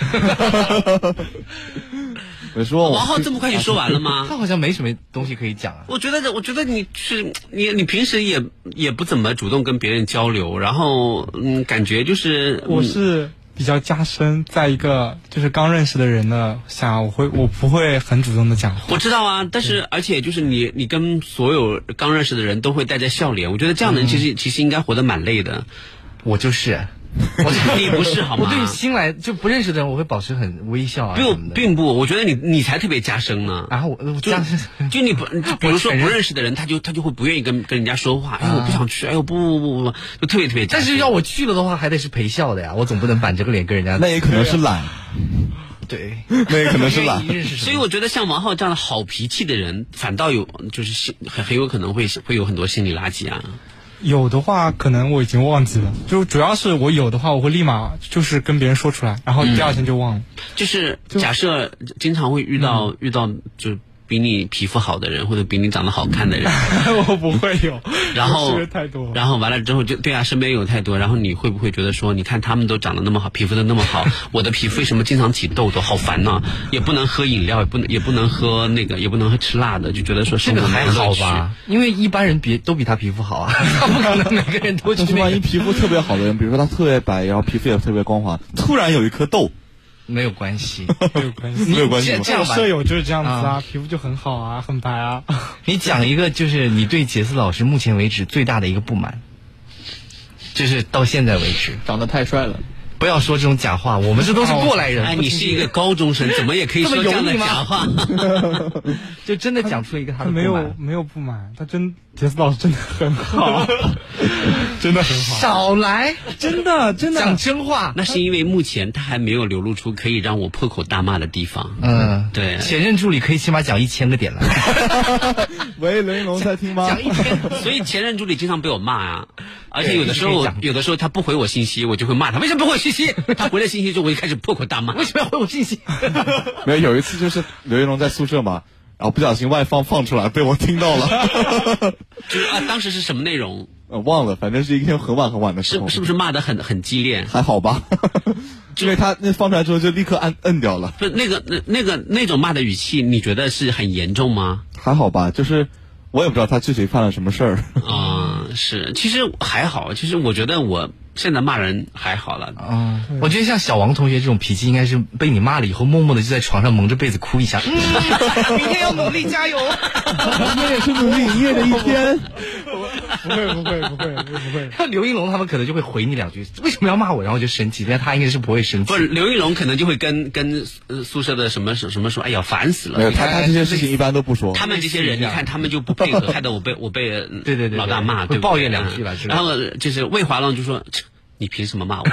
S4: 我说我
S2: 王浩这么快就说完了吗？
S6: 他好像没什么东西可以讲啊。
S2: 我觉得，我觉得你是你，你平时也也不怎么主动跟别人交流，然后嗯，感觉就是
S5: 我是比较加深在一个就是刚认识的人的下，我会我不会很主动的讲话。
S2: 我知道啊，但
S6: 嗯
S2: 是而且就是你，你跟所有刚认识的人都会带着笑脸，我觉得这样
S6: 嗯
S2: 的人其实、其实应该活得蛮累的。
S6: 我就是，
S2: 我你不是好 吗？
S6: 我对新来就不认识的人，我会保持很微笑啊什么
S2: 并
S6: 的。
S2: 并不，我觉得你你才特别加深呢。
S6: 啊，我我这
S2: 就
S6: 样 是
S2: 就你不，就比 如说不认识的人，他就他就会不愿意跟跟人家说话。哎，我不想去。哎呦，不不不不不，就特别特别加
S6: 但
S2: 深。
S6: 是要我去了的话，还得是陪笑的呀，我总不能板着个脸跟人家。
S4: 那也可能是懒，
S6: 对，
S4: 那也可能是懒
S6: 愿意。认识
S2: 所
S6: 谁
S2: 以？我觉得像王浩这样的好脾气的人，反倒有就是心很很有可能会会有很多心理垃圾啊。
S5: 有的话，可能我已经忘记了。就主要是我有的话，我会立马就是跟别人说出来，然后第二天就忘了。
S2: 就是假设经常会遇到、
S6: 嗯
S2: 遇到就比你皮肤好的人，或者比你长得好看的人，
S5: 我不会有，
S2: 然后
S5: 是不是太多。
S2: 然后完了之后就对啊，身边有太多，然后你会不会觉得说，你看他们都长得那么好，皮肤都那 么好，我的皮肤为什么经常起痘痘，好烦呐、也不能喝饮料，也不能也不能喝那个，也不能喝吃辣的，就觉得说
S6: 这
S2: 生
S6: 个
S2: 活没
S6: 还
S2: 有乐
S6: 好
S2: 趣。
S6: 吧，因为一般人别都比他皮肤好啊， 他不可能每个人都去
S4: 但是
S6: 那
S4: 万一
S6: 个，
S4: 皮肤特别好的人，比如说他特别白，然后皮肤也特别光滑，突然有一颗痘，
S6: 没有关系。
S5: 没有关系。
S4: 没有关系吗
S6: 这？样
S5: 我
S6: 吧
S5: 舍友就是这样子啊，皮肤就很好啊，很白啊。
S6: 你讲一个，就是你对杰斯老师目前为止最大的一个不满，就是到现在为止，
S7: 长得太帅了，
S6: 不要说这种假话，我们这都哦是过来人。
S2: 哎，
S6: 不
S2: 你
S6: 听
S2: 是
S6: 这
S2: 一个高中生，怎么也可以
S6: 这么
S2: 说这样
S6: 油
S2: 的
S6: 腻吗
S2: 假话？
S6: 就真的讲出一个他
S5: 他
S6: 的不
S5: 没
S6: 满
S5: 有没有不满，他真杰斯老师真的很好，真的很好，
S6: 少来，
S5: 真的真
S6: 讲
S5: 的。
S6: 真话。
S2: 那是因为目前他还没有流露出可以让我破口大骂的地方。
S6: 嗯，
S2: 对
S6: 前任助理可以起码讲一千个点了，
S4: 喂，雷云龙在听吗？
S2: 所以前任助理经常被我骂啊，而且有的时
S6: 你可以
S2: 候
S6: 讲，
S2: 有的时候他不回我信息，我就会骂他，为什么不回我信息？ 他回了信息之后，我就开始破口大骂。
S6: 为什么要回我信息？
S4: 没有，有一次就是刘云龙在宿舍嘛，然后不小心外放放出来，被我听 到了，
S2: 就是啊，当时是什么内容？
S4: 呃忘了，反正是一天很晚很晚的时
S2: 是
S4: 候，
S2: 是不是骂的很很激烈？
S4: 还好吧？ 因为他那放出来之后就立刻按摁掉了，
S2: 不，那个那那个那种骂的语气，你觉得是很严重 吗？
S4: 还好吧？就是我也不知道他具体犯了什么事儿，
S2: 啊、是，其实还好，其实我觉得我现在骂人还好了。
S3: 啊、
S2: 嗯
S3: 我觉得像小王同学这种脾气，应该是被你骂了以后，默默的就在床上蒙着被子哭一下。嗯，明天要努力加油。
S4: 你也是努力营业的一天，
S8: 不会不会不会不会，
S3: 刘一龙他们可能就会回你两句，为什么要骂我？然后就生气，但他应该是不会生气
S2: 不，。刘玉龙可能就会跟跟呃宿舍的什么什什么说，哎呀，烦死
S4: 没有
S2: 了。
S4: 他他这些事情一般都不说，
S2: 他们这些人，你看他们就不配合，害得我 被我被呃
S3: 对对对
S2: 老大骂，
S3: 会
S2: 对不对
S3: 抱怨两句吧
S2: 嗯
S3: 是吧
S2: 然后就是魏华浪就说：“切你凭什么 骂我？”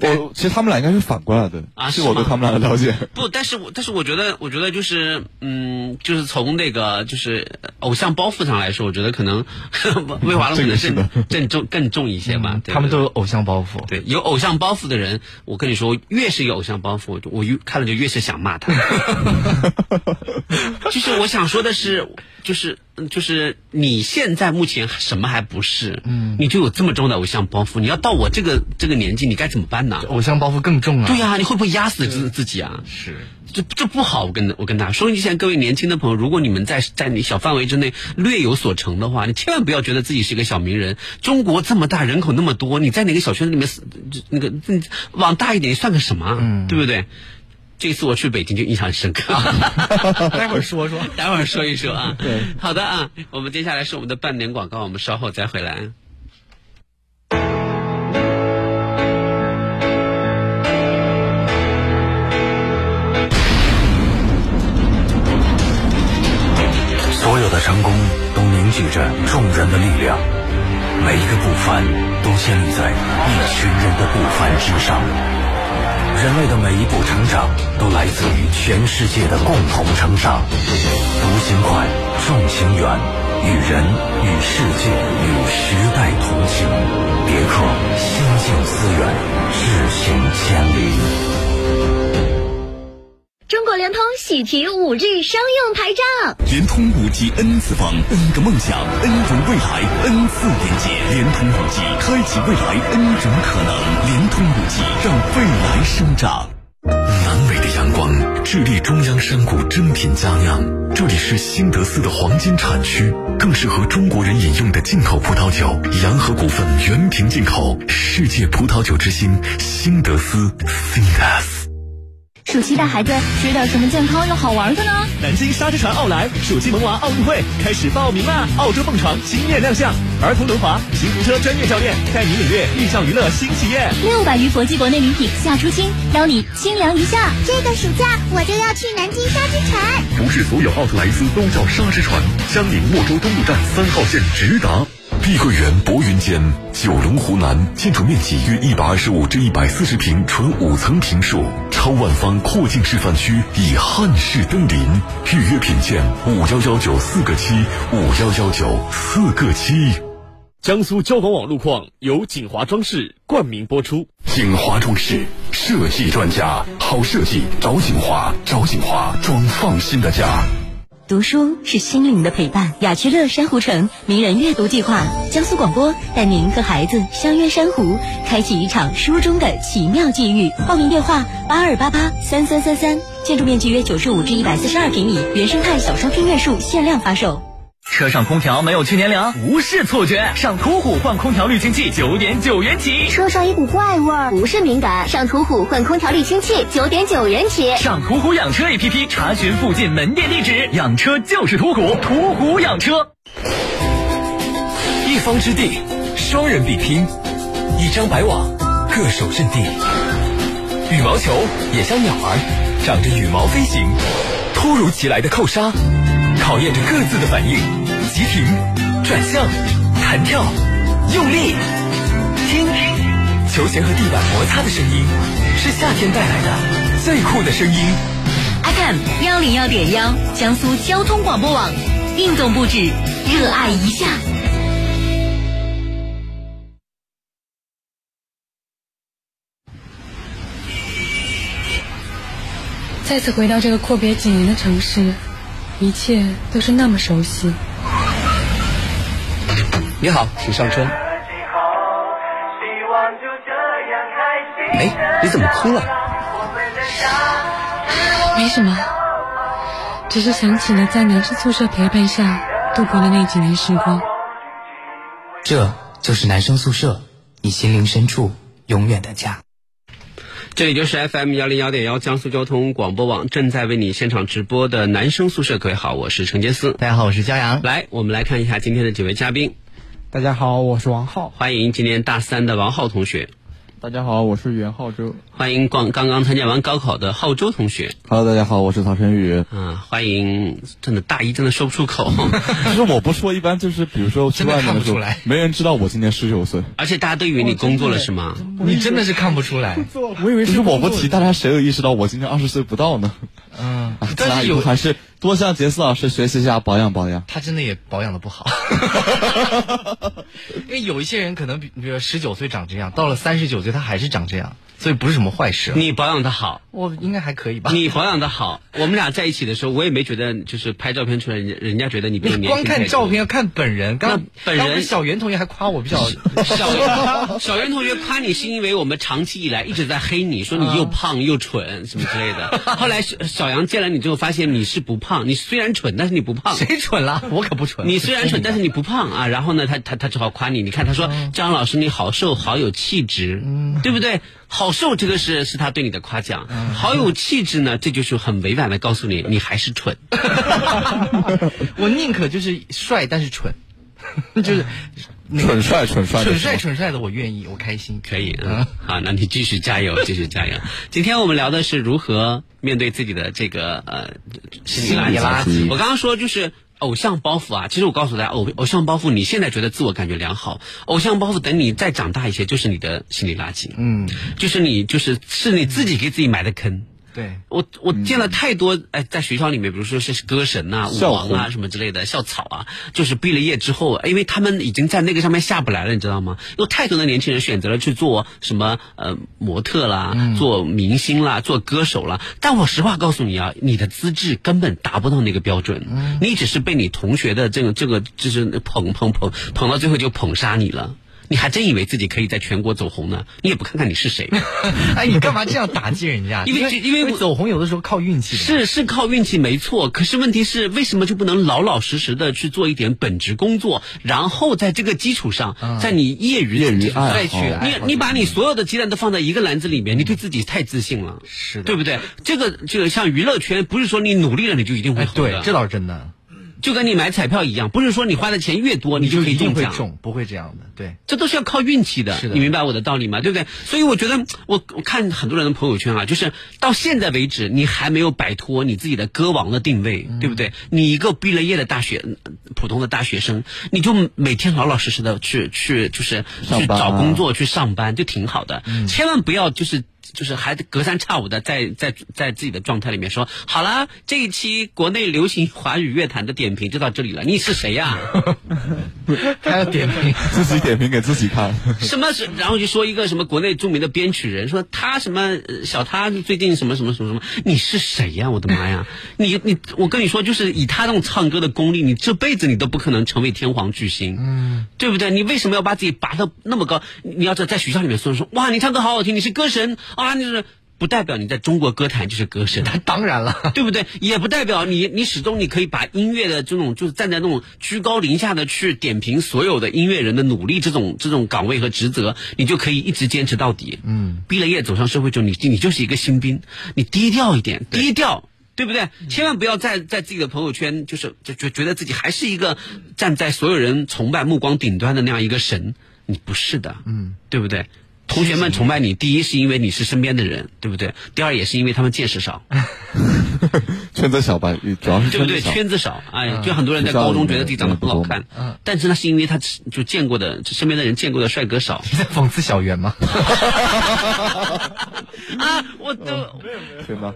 S4: 我其实他们俩应该是反过来的
S2: 哎啊，是
S4: 据我
S2: 吗
S4: 对他们俩的了解，
S2: 不，但是我但是我觉得，我觉得就是，嗯，就是从那个就是呃偶像包袱上来说，我觉得可能 魏华龙可能
S4: 这个
S2: 更
S4: 是的
S2: 更重更重一些吧。对
S3: 嗯他们
S2: 对
S3: 都有偶像包袱。
S2: 对有偶像包袱的人，我跟你说，越是有偶像包袱，我越看了就越是想骂他。就是我想说的是，就是嗯就是你现在目前什么还不是，嗯，你就有这么重的偶像包袱，你要到我这个这个年纪，你该怎么办呢？
S3: 偶像包袱更重啊了。
S2: 对呀、你会不会压死自自己啊？是，这这不好。我跟我跟大家说一下，各位年轻的朋友，如果你们在在你小范围之内略有所成的话，你千万不要觉得自己是一个小名人。中国这么大，人口那么多，你在哪个小圈子里面死，那个嗯往大一点，你算个什么啊？
S3: 嗯
S2: 对不对？这次我去北京就印象很深刻。
S3: 啊 待会儿说说。
S2: 待会儿说一说啊。对，好的啊，我们接下来是我们的半年广告，我们稍后再回来。
S1: 所有的成功都凝聚着众人的力量，每一个不凡都建立在一群人的不凡之上。人类的每一步成长都来自于全世界的共同成长。独行快，众行远，与人、与世界、与时代同行。别克先进资源，智行千里。
S9: 中国联通喜提 5G 商用牌照。
S10: 联通五 G N 次方，N 个梦想，N 种未来，N 次连接。联通五 G 开启未来 N 种可能，联通五 G 让未来生长。南美的阳光，智利中央山谷珍品佳酿，这里是新德斯的黄金产区，更适合中国人饮用的进口葡萄酒。洋河股份原瓶进口，世界葡萄酒之星，新德斯 s i n d e s
S9: 暑期带孩子吃点什么健康又好玩的呢？
S10: 南京沙之船奥莱暑期萌娃奥运会开始报名啦！澳洲蹦床惊艳亮相，儿童轮滑、骑独车专业教练带你领略印象娱乐新体验。
S9: 六百余国际国内礼品夏出清，邀你清凉一下。这个暑假我就要去南京沙之船。
S10: 不是所有奥特莱斯都叫沙之船，江宁莫州东路站三号线直达。碧桂园博云间，九龙湖南，建筑面积约一百二十五至一百四十平，纯五层平数，超万方扩建示范区已汉室登临。预约品鉴五幺幺九四个七，五幺幺九四个七。
S11: 江苏交广网路况由锦华装饰冠名播出。
S10: 锦华装饰设计专家，好设计找锦华，找锦华装放心的家。
S9: 读书是心灵的陪伴。雅居乐珊瑚城名人阅读计划，江苏广播带您和孩子相约珊瑚，开启一场书中的奇妙际遇。报名电话：八二八八三三三三。建筑面积约九十五至一百四十二平米，原生态小商品院数限量发售。
S10: 车上空调没有去年凉，不是错觉。上途虎换空调滤清器，九点九元起。
S9: 车上一股怪味儿，不是敏感。上途虎换空调滤清器，九点九元起。
S10: 上途虎养车 APP 查询附近门店地址，养车就是途虎，途虎养车。一方之地，双人比拼，一张白网，各守阵地。羽毛球也像鸟儿，长着羽毛飞行。突如其来的扣杀，考验着各自的反应。急停、转向、弹跳、用力，听，球鞋和地板摩擦的声音，是夏天带来的最酷的声音。
S9: FM 幺零幺点幺，江苏交通广播网，运动不止，热爱一下。
S12: 再次回到这个阔别几年的城市，一切都是那么熟悉。
S13: 你好，许尚春。哎，你怎么哭了？
S12: 没什么，只是想起了在男生宿舍陪伴下度过的那几年时光。
S13: 这就是男生宿舍，你心灵深处永远的家。
S2: 这里就是 FM 幺零幺点幺江苏交通广播网正在为你现场直播的男生宿舍。各位好，我是陈杰斯。
S6: 大家好，我是骄阳。
S2: 来，我们来看一下今天的几位嘉宾。
S8: 大家好，我是王浩。
S2: 欢迎今年大三的王浩同学。
S5: 大家好，我是袁浩洲。
S2: 欢迎刚刚刚参加完高考的浩洲同学。
S4: Hello，大家好，我是曹晨宇。
S2: 啊，欢迎！真的大一真的说不出口，
S4: 但是我不说，一般就是比如说去外面的时候，没人知道我今年十九岁，
S2: 而且大家都以为你工作了是吗？
S6: 你真的是看不出来，
S5: 我以为
S4: 就是我不提，大家谁有意识到我今年二十岁不到呢？
S6: 嗯，
S4: 啊
S6: 但是
S4: 以
S6: 有
S4: 后还是多向杰斯老师学习一下，保养保养。
S6: 他真的也保养的不好，因为有一些人可能比比如十九岁长这样，到了三十九岁他还是长这样，所以不是什么坏事。
S2: 你保养的好，
S6: 我应该还可以吧？
S2: 你保养的好，我们俩在一起的时候，我也没觉得就是拍照片出来，人家人家觉得你比我
S6: 你
S2: 年
S6: 光
S2: 轻
S6: 看
S2: 太多
S6: 照片要看本人，刚
S2: 本人
S6: 当时小袁同学还夸我比较
S2: 小袁小袁同学夸你是因为我们长期以来一直在黑你，说你又胖又蠢什么之类的。后来小小杨见了你之后，发现你是不胖，你虽然蠢，但是你不 胖。
S6: 谁蠢 了？我可不蠢。
S2: 你虽然蠢，但是你不胖啊。然后呢，他他他只好夸你。你看他说张老师你好瘦，好有气质，对不对？好瘦这个是是他对你的夸奖，好有气质呢，这就是很委婉的告诉你你还是蠢。
S6: 我宁可就是帅但是蠢， 就是那个
S4: 蠢帅蠢 帅的
S6: 蠢帅
S4: 是吗
S6: 蠢帅的我愿意，我开心。
S2: 可以，嗯，好，那你继续加油，继续加油。今天我们聊的是如何面对自己的这个呃心
S6: 心理
S2: 理垃
S6: 垃
S2: 圾。
S6: 圾
S2: 我刚刚说就是偶像包袱啊，其实我告诉大家，偶偶像包袱，你现在觉得自我感觉良好，偶像包袱等你再长大一些，就是你的心理垃圾，
S6: 嗯，
S2: 就是你就是是你自己给自己埋的坑。
S6: 对，
S2: 我我
S6: 嗯
S2: 见了太多哎，在学校里面，比如说是歌神呐、舞
S6: 校
S2: 王啊
S6: 红
S2: 什么之类的，校草啊，就是毕了业之后，哎因为他们已经在那个上面下不来了，你知道吗？有太多的年轻人选择了去做什么呃模特啦、
S6: 嗯
S2: 做明星啦、做歌手啦，但我实话告诉你啊，你的资质根本达不到那个标准，
S6: 嗯
S2: 你只是被你同学的这个这个就是捧捧捧捧到最后就捧杀你了。你还真以为自己可以在全国走红呢？你也不看看你是谁。
S6: 哎，你干嘛这样打击人家？
S2: 因为因为我
S6: 走红有的时候靠运气的。
S2: 是是靠运气没错，可是问题是为什么就不能老老实实的去做一点本职工作，然后在这个基础上，在你业余业余
S4: 爱好
S2: 再去
S4: 爱好
S2: 你你把你所有的鸡蛋都放在一个篮子里面，你对自己太自信了，
S6: 是的
S2: 对不对？这个这个像娱乐圈，不是说你努力了你就一定会
S6: 哎，
S2: 红的，
S6: 对，这倒是真的，
S2: 就跟你买彩票一样，不是说你花的钱越多你就可以
S6: 一定
S2: 中
S6: 会
S2: 奖。
S6: 中，不会这样的。对，
S2: 这都是要靠运气的，
S6: 是的
S2: 你明白我的道理吗？对不对？所以我觉得，我我看很多人的朋友圈啊，就是到现在为止，你还没有摆脱你自己的歌王的定位，
S4: 嗯
S2: 对不对？你一个毕了业的大学嗯普通的大学生，你就每天老老实实的去去就是去
S4: 上班啊嗯
S2: 找工作、去上班，就挺好的。千万不要就是。就是还隔三差五的在在在自己的状态里面说，好啦，这一期国内流行华语乐坛的点评就到这里了。你是谁啊呀、
S6: 还要点评。
S4: 自己点评给自己看。
S2: 什么是？然后就说一个什么国内著名的编曲人，说他什么呃小他最近什么什么什么什么，你是谁呀、我的妈呀！你你，我跟你说，就是以他那种唱歌的功力，你这辈子你都不可能成为天皇巨星，嗯，对不对？你为什么要把自己拔到那么高？你要知道，在学校里面说说，哇，你唱歌好好听，你是歌神啊，你是。不代表你在中国歌坛就是歌神，
S6: 当然 了，
S2: 对不对？也不代表你，你始终你可以把音乐的这种，就是站在那种居高临下的去点评所有的音乐人的努力，这种这种岗位和职责，你就可以一直坚持到底。嗯，毕了业走上社会之后，你你就是一个新兵，你低调一点，低调。对不对？千万不要在在自己的朋友圈，就是就觉觉得自己还是一个站在所有人崇拜目光顶端的那样一个神，你不是的，嗯，对不对？同学们崇拜你，第一是因为你是身边的人，对不对？第二也是因为他们见识少，
S4: 圈子小吧，主要是
S2: 对不
S4: 圈
S2: 对？
S4: 子小。
S2: 圈子少，哎，
S6: 嗯
S2: 就很多人在高中觉得自己长得不好看
S6: 嗯，
S2: 但是那是因为他就见过的身边的人见过的帅 哥少
S6: 你在讽刺小袁吗？
S2: 啊。我都，
S3: 嗯
S4: 对吗？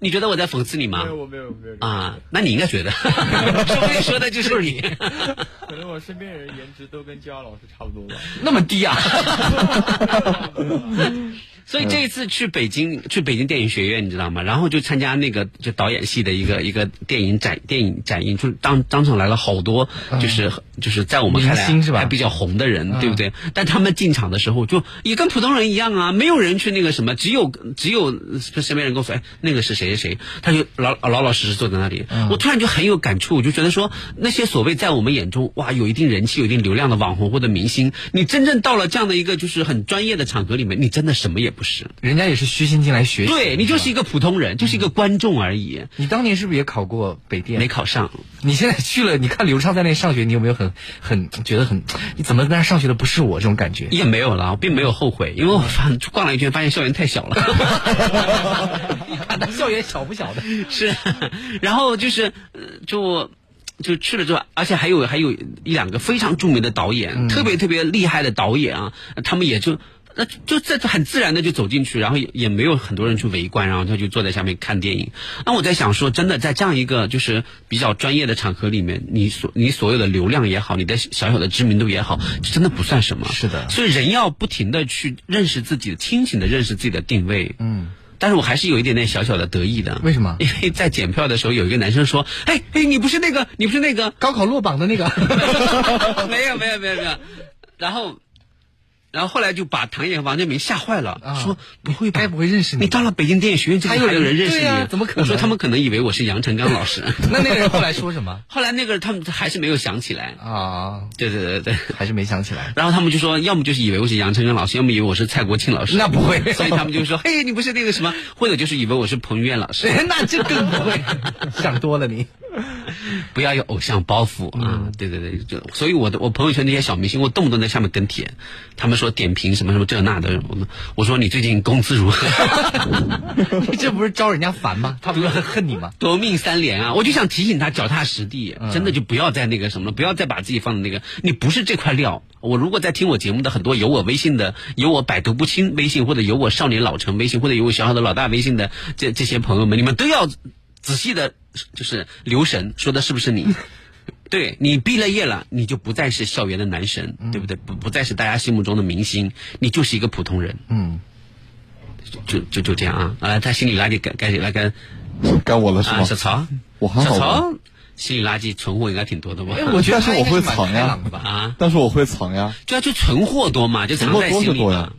S2: 你觉得我在讽刺你吗？
S5: 我没有没有，
S2: 啊，那你应该 觉得，说不定说的就是你。
S5: 可能我身边人
S6: 啊
S2: 啊
S5: 颜值都跟焦老师差不多吧。
S6: 那么低啊？
S2: 所
S3: 嗯
S2: 以这一次去北京，去北京电影学院，你知道吗？然后就参加那个就导演系的一个一个电影展，电影展映，就当当场来了好多，就是、就是在我们看
S3: 嗯明
S2: 来
S3: 星是吧
S2: 还比较红的人，
S3: 嗯
S2: 对不对？但他们进场的时候就也跟普通人一样啊，没有人去那个什么，只有只有身边人跟我说，哎，那个是谁谁谁，他就老老老实实坐在那里。我突然就很有感触，我就觉得说，那些所谓在我们眼中哇有一定人气、有一定流量的网红或者明星，你真正到了这样的一个就是很专业的场合里面，你真的什么也不是。
S3: 人家也是虚心进来学习。
S2: 对你就是一个普通人，就是一个观众而已。
S3: 你当年是不是也考过北
S6: 嗯
S3: 电？
S2: 没考上。
S3: 你现在去了，你看刘畅在那上学，你有没有很很觉得很你怎么在那上学的不是我这种 感觉？
S2: 也没有了，我并没有后悔，因为我反逛了一圈，发现校园太小了。
S3: 看他校园小不小的？
S2: 是，然后就是，呃就就去了之后，而且还有还有一两个非常著名的导演，特别特别厉害的导演啊，他们也就。那就这很自然的就走进去，然后也也没有很多人去围观，然后他就坐在下面看电影。那我在想说，真的在这样一个就是比较专业的场合里面，你所你所有的流量也好，你的小小的知名度也好，这真的不算什么。是的，所以人要不停的去认识自己，清醒的认识自己的定位。
S3: 嗯，
S2: 但是我还是有一点点小小的得意的。为
S3: 什么？
S2: 因为在检票的时候，有一个男生说：“哎哎，你不是那个，你不是 那个
S3: 高考落榜的那个。
S2: 没有没有没有没有。”然后，然后后来就把唐演、王建民吓坏了，说：“不会吧？该不
S3: 啊会认识
S2: 你？你到了北京电影学院，这
S3: 还
S2: 里
S3: 有
S2: 还有
S3: 人
S2: 人认识
S3: 对
S2: 你？
S3: 呀怎么可能
S2: 我说他们可能以为我是杨成刚老师。
S3: 那那个人后来说什么？
S2: 后来那个他们还是没有想起来
S3: 啊。
S2: 对对对对，
S3: 还是没想起来。
S2: 然后他们就说，要么就是以为我是杨成刚老师，要么以为我是蔡国庆老师。
S3: 那不会
S2: 所以他们就 说，嘿，你不是那个什么，或者就是以为我是彭于晏老师。
S3: 那这更不会，想多了 你。
S2: 不要有偶像包袱啊！对对对，就所以我的我朋友圈那些小明星，我动不动在下面跟帖，他们说点评什么什么这那的，我们我说你最近工资如何？
S3: 你这不是招人家烦吗？他不是很恨你吗？
S2: 夺命三连啊！我就想提醒他脚踏实地，真的就不要再那个什么了，不要再把自己放在那个，你不是这块料。我如果在听我节目的很多有我微信的，有我百毒不侵微信，或者有我少年老成微信，或者有我小小的老大微信的这这些朋友们，你们都要仔细的，就是留神，说的是不是你？对你毕了业了，你就不再是校园的男神，对不对？不不再是大家心目中的明星，你就是一个普通人，
S3: 嗯，
S2: 就就就这样啊！啊，他心理垃圾该该来该
S4: 该我了是吗？
S2: 啊，小曹，
S4: 我还好
S2: 小
S4: 吧，
S2: 曹心理垃圾存货应该挺多的吧？
S4: 但是我会藏呀，
S2: 啊，
S4: 但是我会藏呀，
S2: 就要去存货多嘛，就
S4: 存
S2: 藏
S4: 货
S2: 在
S4: 多是
S2: 心里
S4: 多
S2: 嘛
S4: 呀。。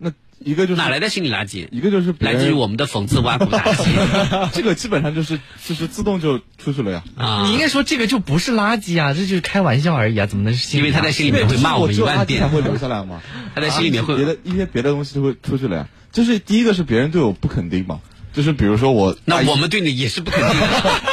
S4: 那一个就是
S2: 哪来的心理垃圾？
S4: 一个就是别
S2: 来
S4: 人
S2: 自于我们的讽刺、挖苦、打击
S4: 这个基本上就是就是自动就出去了呀。
S2: 啊！
S3: 你应该说这个就不是垃圾啊，这就是开玩笑而已啊，怎么能是心里垃圾？
S4: 因为他在心里面会骂我们一万遍因为只有垃圾才会留下来嘛
S2: 他在心里面会
S4: 啊别的一些别的东西就会出去了呀。就是第一个是别人对我不肯定嘛，就是比如说我
S2: 那我们对你也是不肯定 的，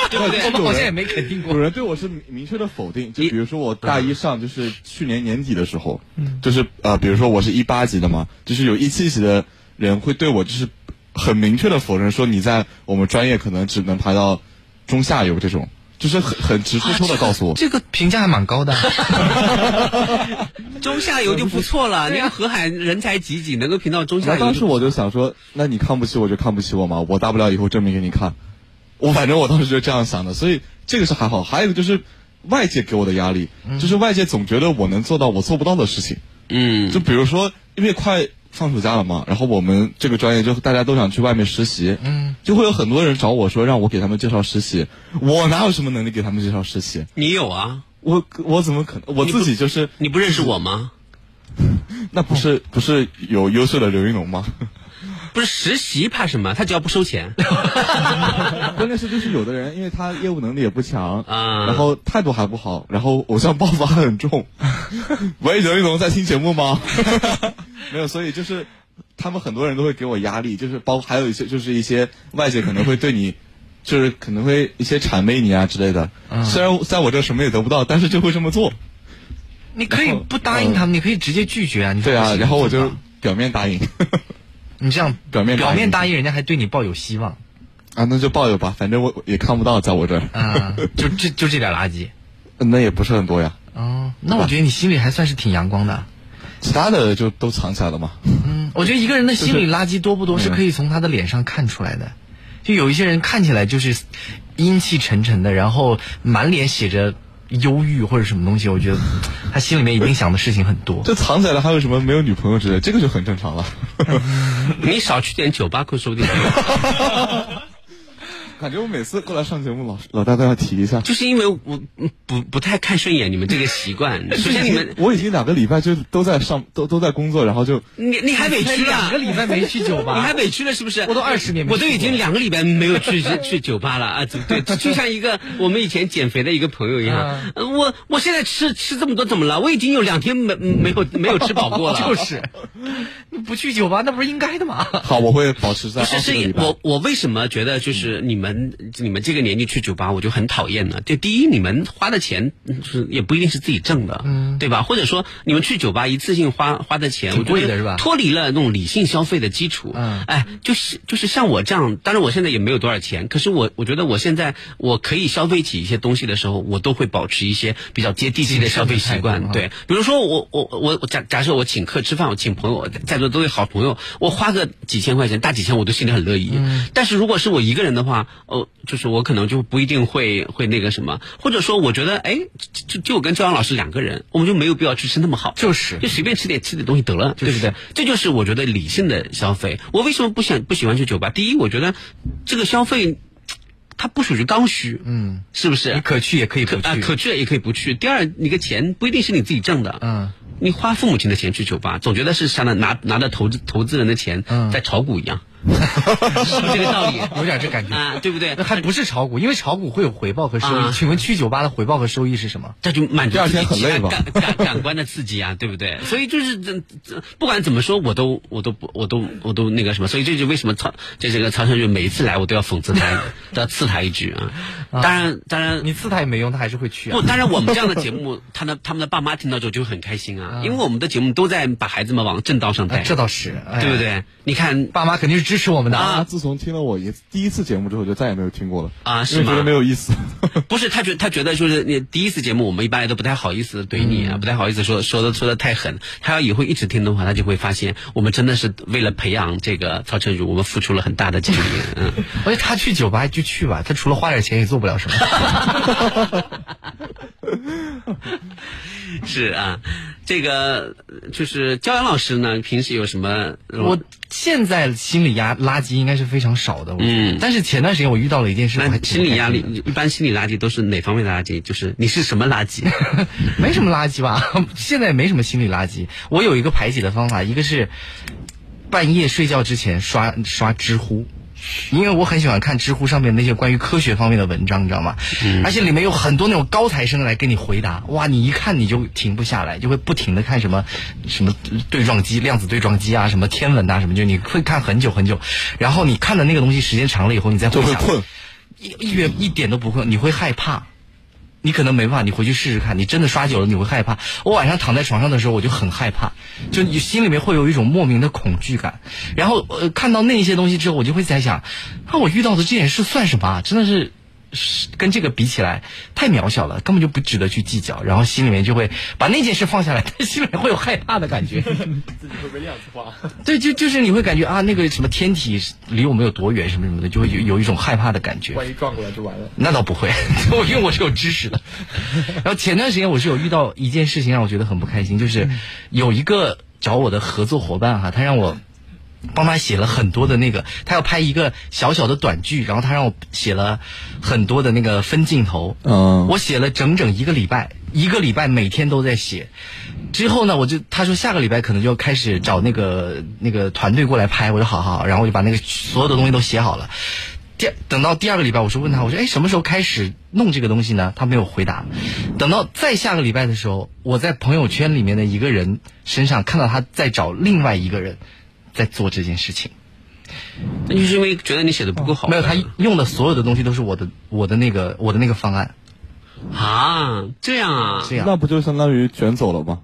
S2: 对不对？
S4: 我们好像也
S3: 没肯定
S4: 过。有人对我是明明确的否定，就比如说我大一上，就是去年年底的时候，就是呃，比如说我是一八级的嘛，就是有一七级的人会对我就是很明确的否认说你在我们专业可能只能排到中下游这种，就是很很直说说的告诉我，
S3: 这个评价还蛮高的。
S2: 中下游就不错了，你看河海人才济济，能够评到中下
S4: 那
S2: 游。
S4: 当啊时我就想说，那你看不起我就看不起我嘛，我大不了以后证明给你看。我反正我当时就这样想的，所以这个是还好。还有一个就是外界给我的压力，就是外界总觉得我能做到我做不到的事情。
S2: 嗯，
S4: 就比如说，因为快放暑假了嘛，然后我们这个专业就大家都想去外面实习，嗯，就会有很多人找我说让我给他们介绍实习，我哪有什么能力给他们介绍实习？
S2: 你有啊？
S4: 我我怎么可能？我自己就是
S2: 你不认识我吗？
S4: 那不是不是有优秀的刘云龙吗？
S2: 不是实习怕什么？他只要不收 钱。
S4: 关键是就是有的人，因为他业务能力也不强，
S2: 啊
S4: 然后态度还不好，然后偶像包袱还很重。 喂，刘一龙在听节目吗？ 没有，所以就是他们很多人都会给我压力，就是包还有一些就是一些外界可能会对你，就是可能会一些谄媚你啊之类的。虽然在我这什么也得不到，但是就会这么做。
S3: 你可以不答应他们，你可以直接拒绝哦啊。你说
S4: 对
S3: 不
S4: 啊，
S3: 行
S4: 然后我就表面答应
S3: 你这样
S4: 表面答应
S3: 表面答应，人家还对你抱有希望
S4: 啊，那就抱有吧，反正我我也看不到，在我这儿。
S3: 啊，就这就这点垃圾。
S4: 那也不是很多呀，
S3: 哦，那我觉得你心里还算是挺阳光的。
S4: 其他的就都藏起来了嘛。
S3: 嗯，我觉得一个人的心理垃圾多不
S6: 嗯
S3: 多
S4: 就是
S3: 是可以从他的脸上看出来的。就有一些人看起来就是阴气沉沉的，然后满脸写着
S6: 忧郁或者什么东西，我觉得他心里面一定想的事情很多。
S4: 这藏起来还有什么没有女朋友之类，这个就很正常了。
S2: 你少去点酒吧，会说不定。
S4: 感觉我每次过来上节目，老老大都要提一下，
S2: 就是因为我不不太看顺眼你们这个习惯。首先你们，
S4: 我已经两个礼拜就都在上，都都在工作，然后就
S2: 你你还委屈了，啊
S6: 两个礼拜没去酒吧，
S2: 你还委屈了是不是？
S6: 我都二十年没，
S2: 我都已经两个礼拜没有去 去酒吧了啊！对，就像一个我们以前减肥的一个朋友一样，啊、我我现在吃吃这么多怎么了？我已经有两天没没有没有吃饱过了。
S6: 就是，你不去酒吧那不是应该的吗？
S4: 好，我会保持在。
S2: 不是是，我我为什么觉得就是你们。你们你们这个年纪去酒吧，我就很讨厌了。就第一，你们花的钱是也不一定是自己挣的，嗯，对吧？或者说你们去酒吧一次性花花的钱，
S6: 挺贵的是吧？
S2: 脱离了那种理性消费的基础，嗯，哎，就是就是像我这样，当然我现在也没有多少钱，可是我我觉得我现在我可以消费起一些东西的时候，我都会保持一些比较接地气的消费习惯，对。比如说我我我我假假设我请客吃饭，我请朋友，在座都是好朋友，我花个几千块钱大几千，我都心里很乐意。嗯、但是如果是我一个人的话，哦，就是我可能就不一定会会那个什么，或者说我觉得，哎，就就我跟焦阳老师两个人，我们就没有必要去吃那么好，
S6: 就是
S2: 就随便吃点吃点东西得了，就是、对不对？这就是我觉得理性的消费。我为什么不想不喜欢去酒吧？第一，我觉得这个消费。它不属于刚需，嗯，是不是？
S6: 你可去也可以不去，
S2: 可,呃、可去也可以不去。第二，你个钱不一定是你自己挣的，嗯，你花父母亲的钱去酒吧，总觉得是像那拿拿着投资投资人的钱、嗯、在炒股 一样，是不是这个道理？
S6: 有点这感觉
S2: 啊，对不对？
S6: 那还不是炒股，因为炒股会有回报和收益。啊、请问去酒吧的回报和收益是什么？
S2: 这就满足
S4: 第二天很累吧？
S2: 感感感官的刺激啊，对不对？所以就是这不管怎么说，我都我都不我都我都那个什么，所以这就为什么曹这这个曹承瑞每一次来我都要讽刺他，都要刺。刺他一句啊！当然，当然，
S6: 你刺他也没用，他还是会去啊。
S2: 不，当然，我们这样的节目， 他的他们的爸妈听到之后就很开心啊，因为我们的节目都在把孩子们往正道哎上带。
S6: 这倒是，哎
S2: 对不对？你看，
S6: 爸妈肯定是支持我们的
S4: 啊。自从听了我一第一次节目之后，就再也没有听过了
S2: 啊，是吗？
S4: 觉得没有 意思。
S2: 不是，他觉他觉得就是你第一次节目，我们一般也都不太好意思怼你啊，不太好意思说说的说的太狠。他要以后一直听的话，他就会发现我们真的是为了培养这个曹晨如，我们付出了很大的精力。 嗯，
S6: 而且哎他去酒吧就去吧。他除了花点钱也做不了什么，
S2: 是啊，这个就是焦阳老师呢，平时有什么？
S6: 我现在心理压垃圾应该是非常少的，嗯，但是前段时间我遇到了一件事，我还
S2: 心理压力，一般心理垃圾都是哪方面的垃圾？就是你是什么垃圾？
S6: 没什么垃圾吧， 现在没什么心理垃圾。我有一个排解的方法，一个是半夜睡觉之前刷刷知乎。因为我很喜欢看知乎上面那些关于科学方面的文章，你知道吗？嗯、而且里面有很多那种高材生来给你回答，哇，你一看你就停不下来，就会不停的看什么什么对撞机、量子对撞机啊，什么天文啊，什么就你会看很久很久，然后你看的那个东西时间长了以后，你再
S4: 就会困，
S6: 一一一点都不困，你会害怕。你可能没办法，你回去试试看。你真的刷久了，你会害怕。我晚上躺在床上的时候，我就很害怕，就你心里面会有一种莫名的恐惧感。然后呃，看到那些东西之后，我就会在想，啊，我遇到的这件事算什么、啊？真的是。跟这个比起来太渺小了，根本就不值得去计较。然后心里面就会把那件事放下来， 但心里面会有害怕的感觉，
S5: 自己会被量子化。
S6: 对，就就是你会感觉啊，那个什么天体离我们有多远，什么什么的，就会有有一种害怕的感觉。
S5: 万一撞过来就完了？
S6: 那倒不会， 因为我是有知识的。然后前段时间我是有遇到一件事情让我觉得很不开心，就是有一个找我的合作伙伴哈、啊，他让我。帮他写了很多的那个，他要拍一个小小的短剧，然后他让我写了很多的那个分镜头。嗯，我写了整整一个礼拜，一个礼拜每天都在写。之后呢，我就他说下个礼拜可能就要开始找那个那个团队过来拍，我说好好，然后我就把那个所有的东西都写好了。第等到第二个礼拜，我说问他，我说哎什么时候开始弄这个东西呢？他没有回答。等到再下个礼拜的时候，我在朋友圈里面的一个人身上看到他在找另外一个人。在做这件事情，
S2: 那就是因为觉得你写的不够好、哦。
S6: 没有，他用的所有的东西都是我的，我的那个，我的那个方案。
S2: 啊，这样啊，
S6: 这样
S4: 那不就相当于卷走了吗？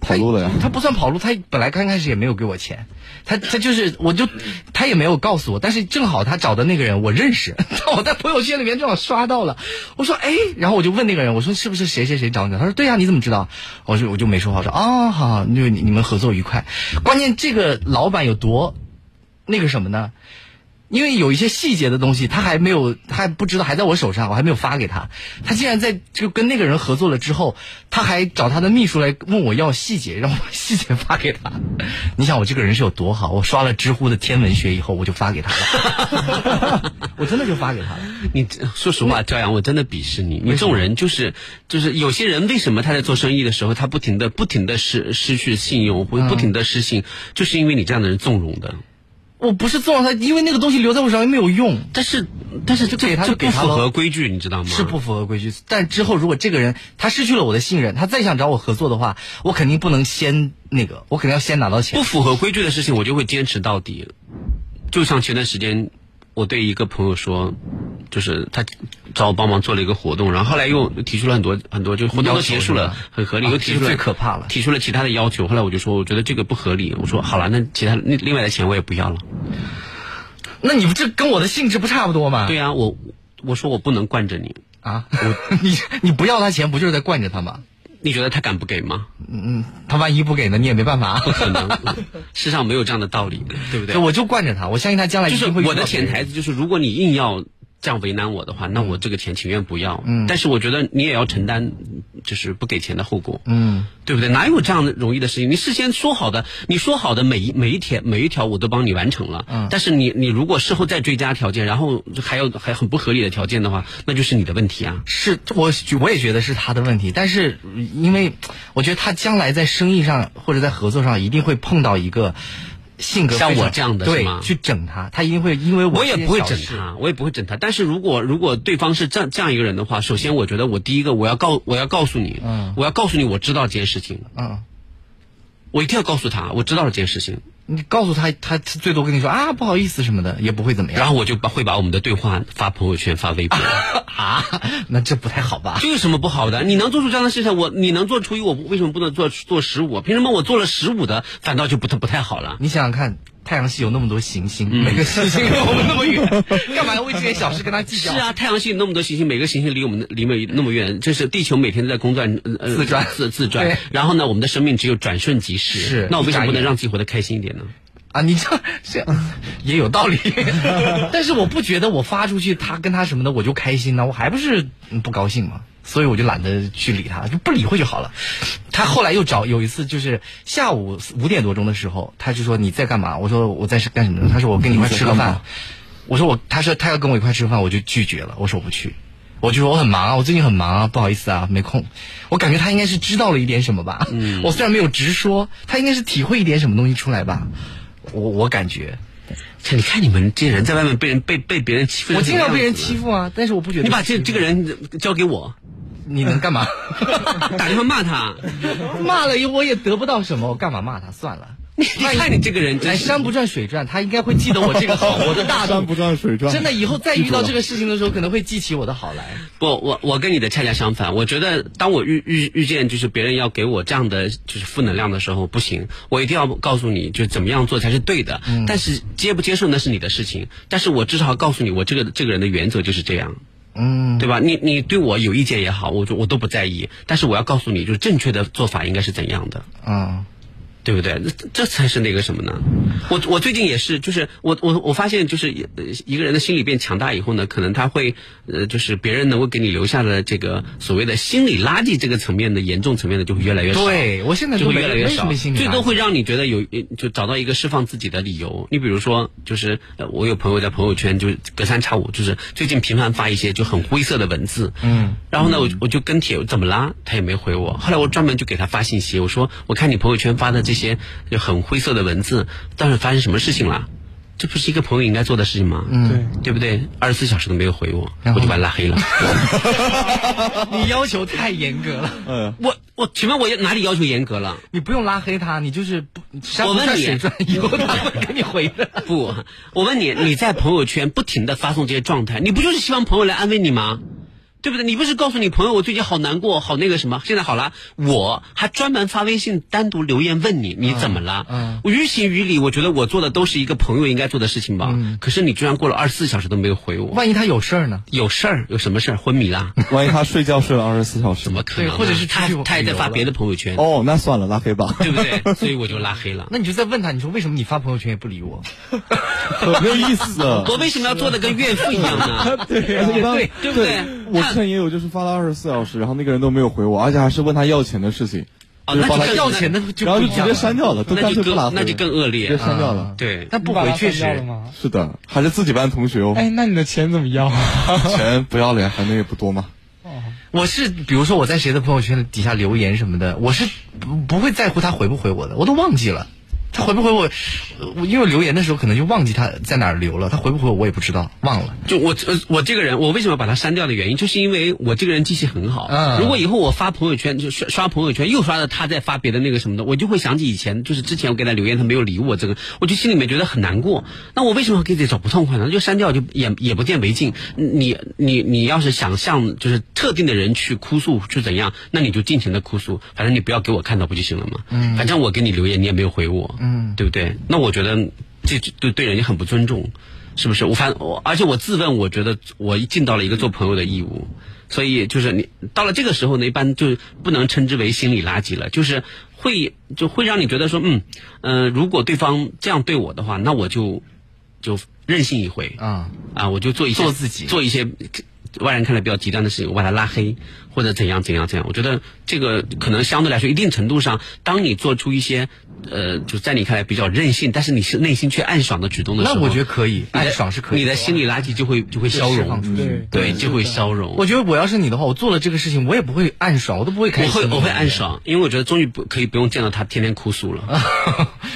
S4: 跑路了呀？
S6: 他不算跑路，他本来刚开始也没有给我钱，他他就是我就他也没有告诉我，但是正好他找的那个人我认识， 我在朋友圈里面正好刷到了，我说哎，然后我就问那个人，我说是不是谁谁谁找你？他说对呀、啊，你怎么知道？我说我就没说话，我说哦好，那你你们合作愉快。关键这个老板有多那个什么呢？因为有一些细节的东西，他还没有，他还不知道，还在我手上，我还没有发给他。他竟然在就跟那个人合作了之后，他还找他的秘书来问我要细节，让我把细节发给他。你想我这个人是有多好？我刷了知乎的天文学以后，我就发给他了， 我真的就发给他了。
S2: 你呃说实话，朝阳，我真的鄙视你。你这种人就是就是有些人为什么他在做生意的时候，他不停的不停的失失去信用，会
S6: 嗯
S2: 不停的失信，就是因为你这样的人纵容的。
S6: 我不是纵容他，因为那个东西留在我手上又没有用。
S2: 但是，但是
S6: 就给他
S2: 这
S6: 就给
S2: 不
S6: 他
S2: 符合
S6: 了，
S2: 规矩，你知道吗？
S6: 是不符合规矩。但之后如果这个人他失去了我的信任，他再想找我合作的话，我肯定不能先那个，我肯定要先拿到钱。
S2: 不符合规矩的事情，我就会坚持到底。就像前段时间，我对一个朋友说，就是他找我帮忙做了一个活动，然后后来又提出了很多很多，就活动都结
S6: 要求
S2: 束了
S6: 是吧，
S2: 很合理，
S6: 啊
S2: 又提出了
S6: 这最可怕了
S2: 提出了其他的要求。后来我就说，我觉得这个不合理。我说好了，那其他那另外的钱我也不要了。
S6: 那你不这跟我的性质不差不多吗？
S2: 对呀、啊我我说我不能惯着你
S6: 啊， 你你不要他钱，不就是在惯着他吗？
S2: 你觉得他敢不给吗？
S6: 嗯嗯，他万一不给呢，你也没办 法。
S2: 不可能， 世上没有这样的道理，对不对？
S6: 就我就惯着他，我相信他将来一
S2: 就是
S6: 定会遇
S2: 我的
S6: 到别
S2: 潜
S6: 人
S2: 台词就是，如果你硬要这样为难我的话，那我这个钱情愿不要。
S6: 嗯
S2: 但是我觉得你也要承担，就是不给钱的后果，
S6: 嗯，
S2: 对不对？哪有这样的容易的事情？你事先说好的，你说好的每一每一条每一条我都帮你完成了。
S6: 嗯
S2: 但是你你如果事后再追加条件，然后还有还很不合理的条件的话，那就是你的问题啊。
S6: 是我我也觉得是他的问题，但是呃因为我觉得他将来在生意上或者在合作上一定会碰到一个性格
S2: 像
S6: 非常
S2: 我这样的是
S6: 对
S2: 吗
S6: 去整他，他一定会因为
S2: 我
S6: 我
S2: 也
S6: 这件
S2: 不会
S6: 小
S2: 整
S6: 事
S2: 他，我也不会整他。但是如果如果对方是这样这样一个人的话，首先我觉得我第一个我要告我要告诉你，
S6: 嗯
S2: 我要告诉你我知道这件事情，
S6: 嗯，
S2: 我一定要告诉他我知道了这件事情，
S6: 你告诉他，他最多跟你说啊不好意思什么的，也不会怎么样
S2: 然后我就把会把我们的对话发朋友圈发微 博，
S6: 啊， 那这不太好吧？
S2: 这有什么不好的？你能做出这样的事情，我你能做厨艺，我为什么不能做做十五？凭什么我做了十五的反倒就不太不太好了？
S6: 你想想看，太阳系有那么多行星，
S2: 嗯
S6: 每个行星离我们那么远， 干嘛为这些小事跟他计
S2: 是
S6: 较？
S2: 啊，太阳系那么多行星，每个行星离我们离我们那么远，这是地球每天都在公转、呃、
S6: 自转
S2: 自自
S6: 对
S2: 转。然后呢，我们的生命只有转瞬即逝。
S6: 是
S2: 那我为什么不
S6: 一眨眼
S2: 能让自己活得开心一点呢？
S6: 啊，你这这也有 道理，但是我不觉得我发出去他跟他什么的我就开心呢，我还不是嗯不高兴吗？所以我就懒得去理他，就不理会就好了。他后来又找有一次就是下午五点多钟的时候，他就说你在干嘛？我说我在干什么呢？他说我跟你一块吃个
S2: 你在干
S6: 饭
S2: 嘛。
S6: 我说我，他说他要跟我一块吃个饭，我就拒绝了。我说我不去，我就说我很忙啊，我最近很忙啊，不好意思啊，没空。我感觉他应该是知道了一点什么吧。嗯， 我虽然没有直说，他应该是体会一点什么东西出来吧。我我感觉，
S2: 你看你们这些人在外面被人被被别人欺负，
S6: 我经常被人欺。负啊，但是我不觉得。
S2: 你把这这个人交给 我，
S6: 你能 干嘛？
S2: 打电话骂他。
S6: 骂了我也得不到什么，我干嘛骂他？算了。
S2: 你你看你这个人真
S6: 哎，
S2: 是
S6: 山不转水转，他应该会记得我这个好，我的
S2: 哎
S6: 大度。
S4: 山不转水转
S6: 真的，以后再遇到这
S4: 记住了
S6: 个事情的时候，可能会记起我的好来。
S2: 不，我我跟你的恰恰相反。我觉得当我遇遇遇见就是别人要给我这样的就是负能量的时候，不行，我一定要告诉你，就怎么样做才是对的。但是接不接受那是你的事情，但是我至少告诉你，我这个这个人的原则就是这样，
S6: 嗯，
S2: 对吧？你你对我有意见也好，我就我都不在意，但是我要告诉你，就是正确的做法应该是怎样的。
S6: 嗯。
S2: 对不对？这这才是那个什么呢？我我最近也是，就是我我我发现，就是呃一个人的心理变强大以后呢，可能他会呃，就是别人能够给你留下的这个所谓的心理垃圾这个层面的严重层面的就会越来越少。
S6: 对我现在
S2: 就
S6: 都
S2: 会
S6: 没
S2: 越来越
S6: 没什
S2: 少，
S6: 么心理垃圾
S2: 最多会让你觉得有呃就找到一个释放自己的理由。你比如说，就是呃我有朋友在朋友圈就隔三差五，就是最近频繁发一些就很灰色的文字，
S6: 嗯，
S2: 然后呢，我就我就跟帖怎么啦，他也没回我。后来我专门就给他发信息，我说我看你朋友圈发的这些就很灰色的文字，到底发生什么事情了？这不是一个朋友应该做的事情吗？
S6: 嗯对，
S2: 对不对？二十四小时都没有回我，
S6: 然后呢
S2: 我就把他拉 黑了。
S6: 你要求太严格了。
S4: 嗯
S2: 我我请问我哪里要求严格了？
S6: 你不用拉黑他，你就是不山
S2: 我
S6: 不
S2: 问
S6: 转
S2: 你
S6: 水转，以后他会给你回的。
S2: 不，我问你，你在朋友圈不停的发送这些状态，你不就是希望朋友来安慰你吗？对不对？你不是告诉你朋友我最近好难过，好那个什么，现在好了，我还专门发微信单独留言问你你怎么了？
S3: 嗯
S2: 我于情于理，我觉得我做的都是一个朋友应该做的事情吧。可是你居然过了二十四小时都没有回我，
S6: 万一他有事儿呢？
S2: 有事儿有什么事儿？昏迷啦？
S4: 万一他睡觉睡了二十四小时，
S2: 怎么可能啊？他他还在发别的朋友圈，
S4: 哦，那算了，拉 黑吧。
S2: 对不对？所以我就拉黑 了。
S6: 那你就再问他，你说为什么你发朋友圈也不理 我？
S4: 可没有意思啊？
S2: 我为什么要做的跟岳父一样呢
S4: 对啊，
S2: 对对对不对？
S4: 我之前也有，就是发了二十四小时，然后那个人都没有回我，而且还是问他要钱的事情。
S2: 啊
S4: 就是
S2: 那
S4: 帮
S2: 就
S4: 他
S2: 更要钱的就
S4: 然后
S2: 不
S4: 就
S2: 一
S4: 直
S2: 样
S4: 接
S2: 了
S4: 删掉了，都
S2: 那
S4: 干
S2: 就
S4: 脆不
S2: 更
S4: 拉黑了
S2: 那就更恶劣
S4: 直接删掉了
S2: 啊。对
S6: 但不
S8: 你把
S6: 回确
S8: 他删掉
S6: 实
S8: 了吗
S4: 是的，还是自己班同学哦。
S8: 哎，那你的钱怎么要？
S4: 钱不要脸，反正也不多嘛。
S6: 我是比如说我在谁的朋友圈底下留言什么的，我是不不会在乎他回不回我的，我都忘记了。他回不回我，我因为我留言的时候可能就忘记他在哪儿留了，他回不回我我也不知道，忘了。
S2: 就我呃我这个人，我为什么把它删掉的原因，就是因为我这个人记性很好。
S4: 啊
S6: 嗯
S2: 如果以后我发朋友圈，就刷刷朋友圈，又刷到他在发别的那个什么的，我就会想起以前，就是之前我给他留言，他没有理我，这个我就心里面觉得很难过。那我为什么给自己找不痛快呢？就删掉，就也也不见为净。你你你要是想向就是特定的人去哭诉是怎样，那你就尽情的哭诉，反正你不要给我看到不就行了嘛。
S6: 嗯
S2: 反正我给你留言，你也没有回我。
S6: 嗯
S2: 对不对？那我觉得这这对对人家很不尊重，是不是？我反我，而且我自问，我觉得我尽到了一个做朋友的义务，所以就是你到了这个时候呢，一般就不能称之为心理垃圾了，就是会就会让你觉得说，嗯嗯、呃如果对方这样对我的话，那我就就任性一回
S6: 啊
S2: 啊，我就做一些
S6: 做自己
S2: 做一些。外人看来比较极端的事情，我把他拉黑，或者怎样怎样怎样。我觉得这个可能相对来说，一定程度上，当你做出一些，呃，就在你看来比较任性，但是你是内心却暗爽的举动的时候，
S6: 那我觉得可以
S2: 你的
S6: 暗爽是可以的
S2: 你的心理垃圾就会就会消
S6: 就释放
S2: 融
S6: 出去，
S2: 对，就会消融。
S6: 我觉得我要是你的话，我做了这个事情，我也不会暗爽，我都不会开
S2: 我
S6: 心。
S2: 会我会暗。爽，因为我觉得终于不可以不用见到他天天哭诉
S6: 啊
S2: 了。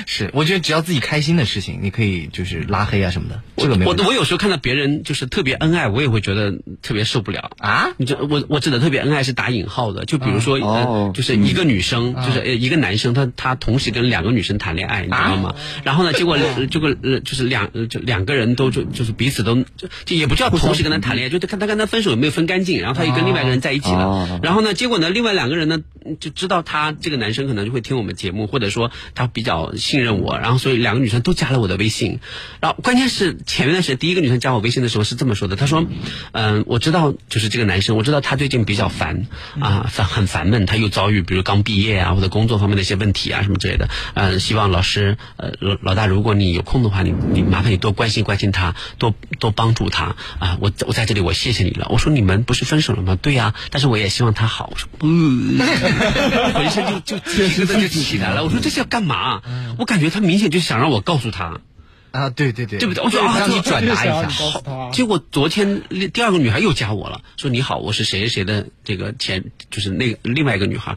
S6: 是，我觉得只要自己开心的事情，你可以就是拉黑啊什么的，这个没有
S2: 我
S6: 问题。
S2: 我有时候看到别人就是特别恩爱，我也会觉得特别受不了
S6: 啊！
S2: 你这我我指的特别恩爱是打引号的，就比如说、
S4: 嗯
S2: 呃
S4: 哦，
S2: 就是一个女生，
S4: 嗯
S2: 就是呃一个男生，他他同时跟两个女生谈恋
S4: 啊
S2: 爱，你知道 吗？然后呢，结果呃结果呃就是两呃就两个人都就就是彼此都就就也不叫同时跟他谈
S4: 嗯
S2: 恋爱，就看他跟他分手有没有分干净，然后他又跟另外一个人在一起了，
S4: 哦
S2: 然后呢，结果呢，另外两个人呢嗯就知道他这个男生可能就会听我们节目，或者说他比较信任我，然后所以两个女生都加了我的微信。然后关键是前面段时间第一个女生加我微信的时候是这么说的，她说：“嗯、我知道就是这个男生，我知道他最近比较烦啊， 烦很烦闷，他又遭遇比如刚毕业啊或者工作方面的一些问题啊什么之类的。嗯、希望老师呃老老大，如果你有空的话，你你麻烦你多关心关心他，多多帮助他啊。我我在这里我谢谢你了。我说你们不是分手了吗？对呀、但是我也希望他好。我说嗯， 浑身就就鸡皮疙瘩就起来了。我说这是要干嘛？我感觉他明显就想让我告诉他。
S6: 啊，对对对，
S2: 对不对？我说啊，
S6: 让你
S2: 这
S6: 转达一下。
S2: 好结果昨天第二个女孩又加我了，说你好，我是谁谁谁的这个前，就是那个另外一个女孩。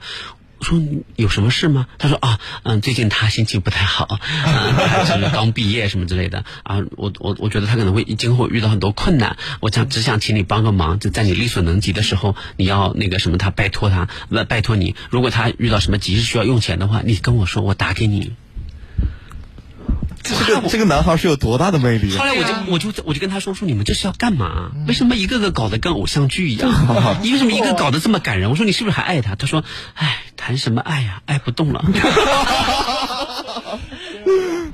S2: 我说你有什么事吗？她说啊，嗯，最近她心情不太好，啊、 她就是刚毕业什么之类的啊。我我我觉得她可能会今后遇到很多困难，我想只想请你帮个忙，就在你力所能及的时候，你要那个什么她，拜托她，呃拜托你，如果她遇到什么急事需要用钱的话，你跟我说，我打给你。
S4: 这个这个男孩是有多大的魅力
S2: 后
S4: 啊？
S2: 来我就我就我就跟他说，我说你们这是要干嘛？为什么一个个搞得跟偶像剧一样？你为什么一个搞得这么感人？我说你是不是还爱他？他说，哎，谈什么爱呀、爱不动了。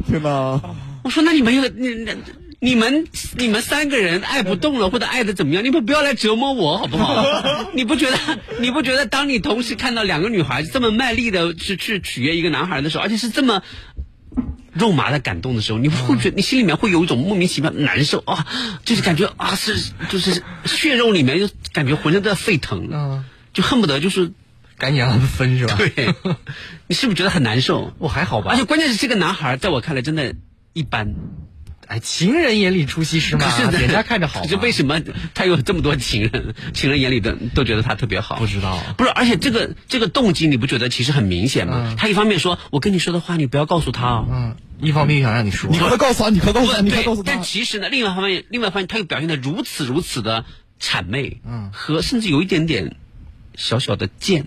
S4: 天哪！
S2: 我说那你们有你你你们你们三个人爱不动了，或者爱的怎么样？你们不要来折磨我好不好？ 你不觉得你不觉得当你同时看到两个女孩这么卖力的去去取悦一个男孩的时候，而且是这么。肉麻的感动的时候，你会觉得你心里面会有一种莫名其妙的难受啊，就是感觉啊是就是血肉里面就感觉浑身都在沸腾，
S6: 嗯
S2: 就恨不 得就是
S6: 赶紧让他们分是吧？
S2: 对，你是不是觉得很难受？
S6: 我还好吧
S2: 而且关键是这个男孩在我看来真的一般，
S6: 哎，情人眼里出西施嘛
S2: 可，是
S6: 人家看着好嘛。
S2: 可是为什么他有这么多情人？情人眼里的都觉得他特别好？不
S6: 知道，
S2: 不是，而且这个这个动机你不觉得其实很明显吗？
S6: 嗯
S2: 他一方面说我跟你说的话你不要告诉他哦，
S6: 嗯，一方面又想让你说，
S4: 你快告诉他，你快告诉他，
S2: 不
S4: 你快
S2: 对
S4: 告诉，他
S2: 但。其实呢，另外一方面，另外一方面他又表现的如此如此的谄媚，
S6: 嗯
S2: 和甚至有一点点小小的贱。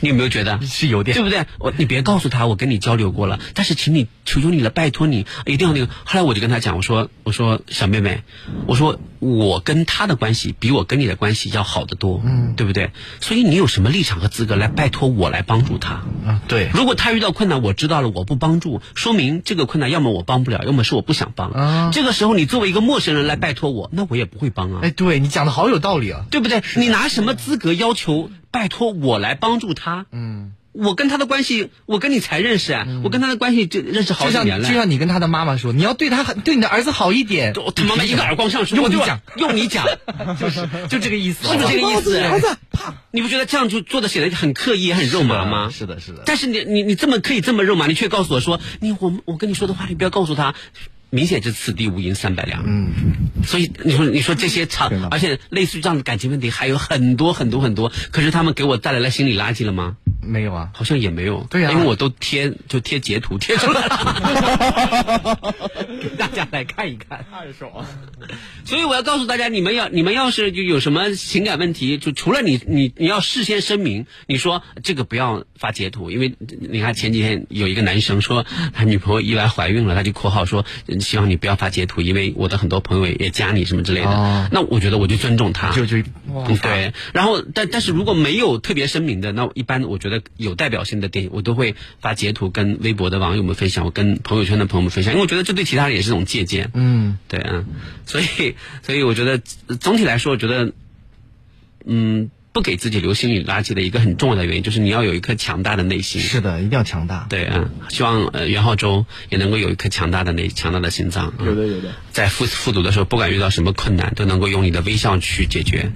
S2: 你有没有觉得
S6: 是有点，
S2: 对不对？我你别告诉他我跟你交流过了，但是请你求求你了，拜托你一定要那个。后来我就跟他讲，我说我说小妹妹，我说我跟他的关系比我跟你的关系要好得多，嗯，对不对？所以你有什么立场和资格来拜托我来帮助他？
S6: 啊，对，
S2: 如果他遇到困难，我知道了，我不帮助，说明这个困难要么我帮不了，要么是我不想帮。
S6: 啊
S2: 这个时候你作为一个陌生人来拜托我，那我也不会帮啊。
S6: 哎，对你讲的好有道理啊。
S2: 对不对？你拿什么资格要求拜托我来帮助他？
S6: 嗯，
S2: 我跟他的关系，我跟你才认识啊，我跟他的关系就认识好
S6: 就
S2: 几
S6: 像
S2: 年了。
S6: 就像你跟他的妈妈说，你要对他很对你的儿子好一点。
S2: 我哦他妈一个耳光上去，
S6: 用你
S2: 我就
S6: 讲，
S2: 用你 讲，
S6: 就是就这个意思，
S2: 是不是这个意 思？
S6: 儿子，
S2: 你不觉得这样就做的显得很刻意、很肉麻吗？
S6: 是的，是的。
S2: 但是你你你这么可以这么肉麻，你却告诉我说你我我跟你说的话，你不要告诉他。明显是此地无银三百两，
S6: 嗯，
S2: 所以你说你说这些长，而且类似于这样的感情问题还有很多很多很多，可是他们给我带来了心理垃圾了吗？
S6: 没有啊，
S2: 好像也没有，哎
S6: 对呀
S2: 因为我都贴就贴截图 贴出来了，给大家来看一看，
S5: 二手啊。
S2: 所以我要告诉大家，你们要你们要是就有什么情感问题，就除了你你你要事先声明，你说这个不要发截图，因为你看前几天有一个男生说他女朋友意外怀孕了，他就括号说嗯希望你不要发截图，因为我的很多朋友也加你什么之类的。
S6: 哦
S2: 那我觉得我就尊重他，
S6: 就就
S2: 嗯对，然后但但是如果没有特别声明的，那一般我觉得有代表性的电影，我都会发截图跟微博的网友们分享，我跟朋友圈的朋友们分享，因为我觉得这对其他人也是一种借鉴。
S6: 嗯，
S2: 对啊，所以所以我觉得呃总体来说，我觉得，嗯，不给自己留心理垃圾的一个很重要的原因，就是你要有一颗强大的内心。
S6: 是的，一定要强大。
S2: 对
S5: 嗯
S2: 啊，希望呃袁浩洲也能够有一颗强大的内强大的心脏。嗯
S5: 有的有的
S2: 在复复读的时候，不管遇到什么困难，都能够用你的微笑去解决。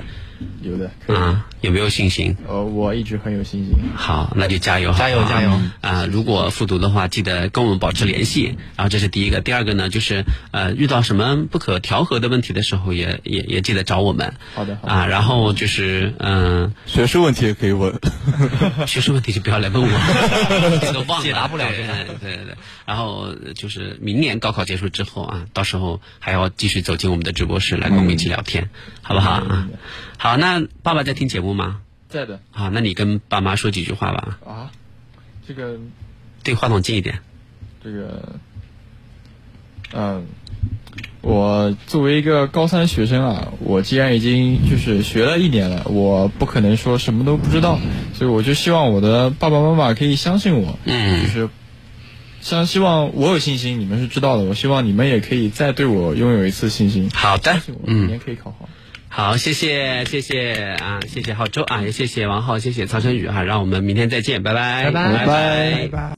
S5: 有的，
S2: 啊，有没有信心？
S5: 呃，我一直很有信心。
S2: 好，那就加油，加
S6: 油加油
S2: 啊！如果复读的话，记得跟我们保持联系。然后这是第一个，第二个呢，就是呃，遇到什么不可调和的问题的时候也，也也记得找我们。
S5: 好的好的
S2: 啊，然后就是嗯、
S4: 学术问题也可以问。
S2: 学术问题就不要来问我， 这都忘了，
S6: 解答不了
S2: 对对对对。然后就是明年高考结束之后啊，到时候还要继续走进我们的直播室来跟我们一起聊天，好不好啊？好，那爸爸在听节目吗？
S5: 在的
S2: 好，那你跟爸妈说几句话吧，
S5: 啊，这个
S2: 对话筒近一点。
S5: 这个，嗯，我作为一个高三学生啊，我既然已经就是学了一年了，我不可能说什么都不知道，所以我就希望我的爸爸妈妈可以相信我，
S2: 嗯
S5: 就是像希望我有信心，你们是知道的，我希望你们也可以再对我拥有一次信心。
S2: 好的
S5: 我，
S2: 嗯
S5: 明年，可以考好。
S2: 好，谢谢，谢谢啊，谢谢浩周啊，也谢谢王浩，谢谢曹晨宇哈、让我们明天再见，拜拜，
S6: 拜拜
S2: 拜拜。
S8: 拜。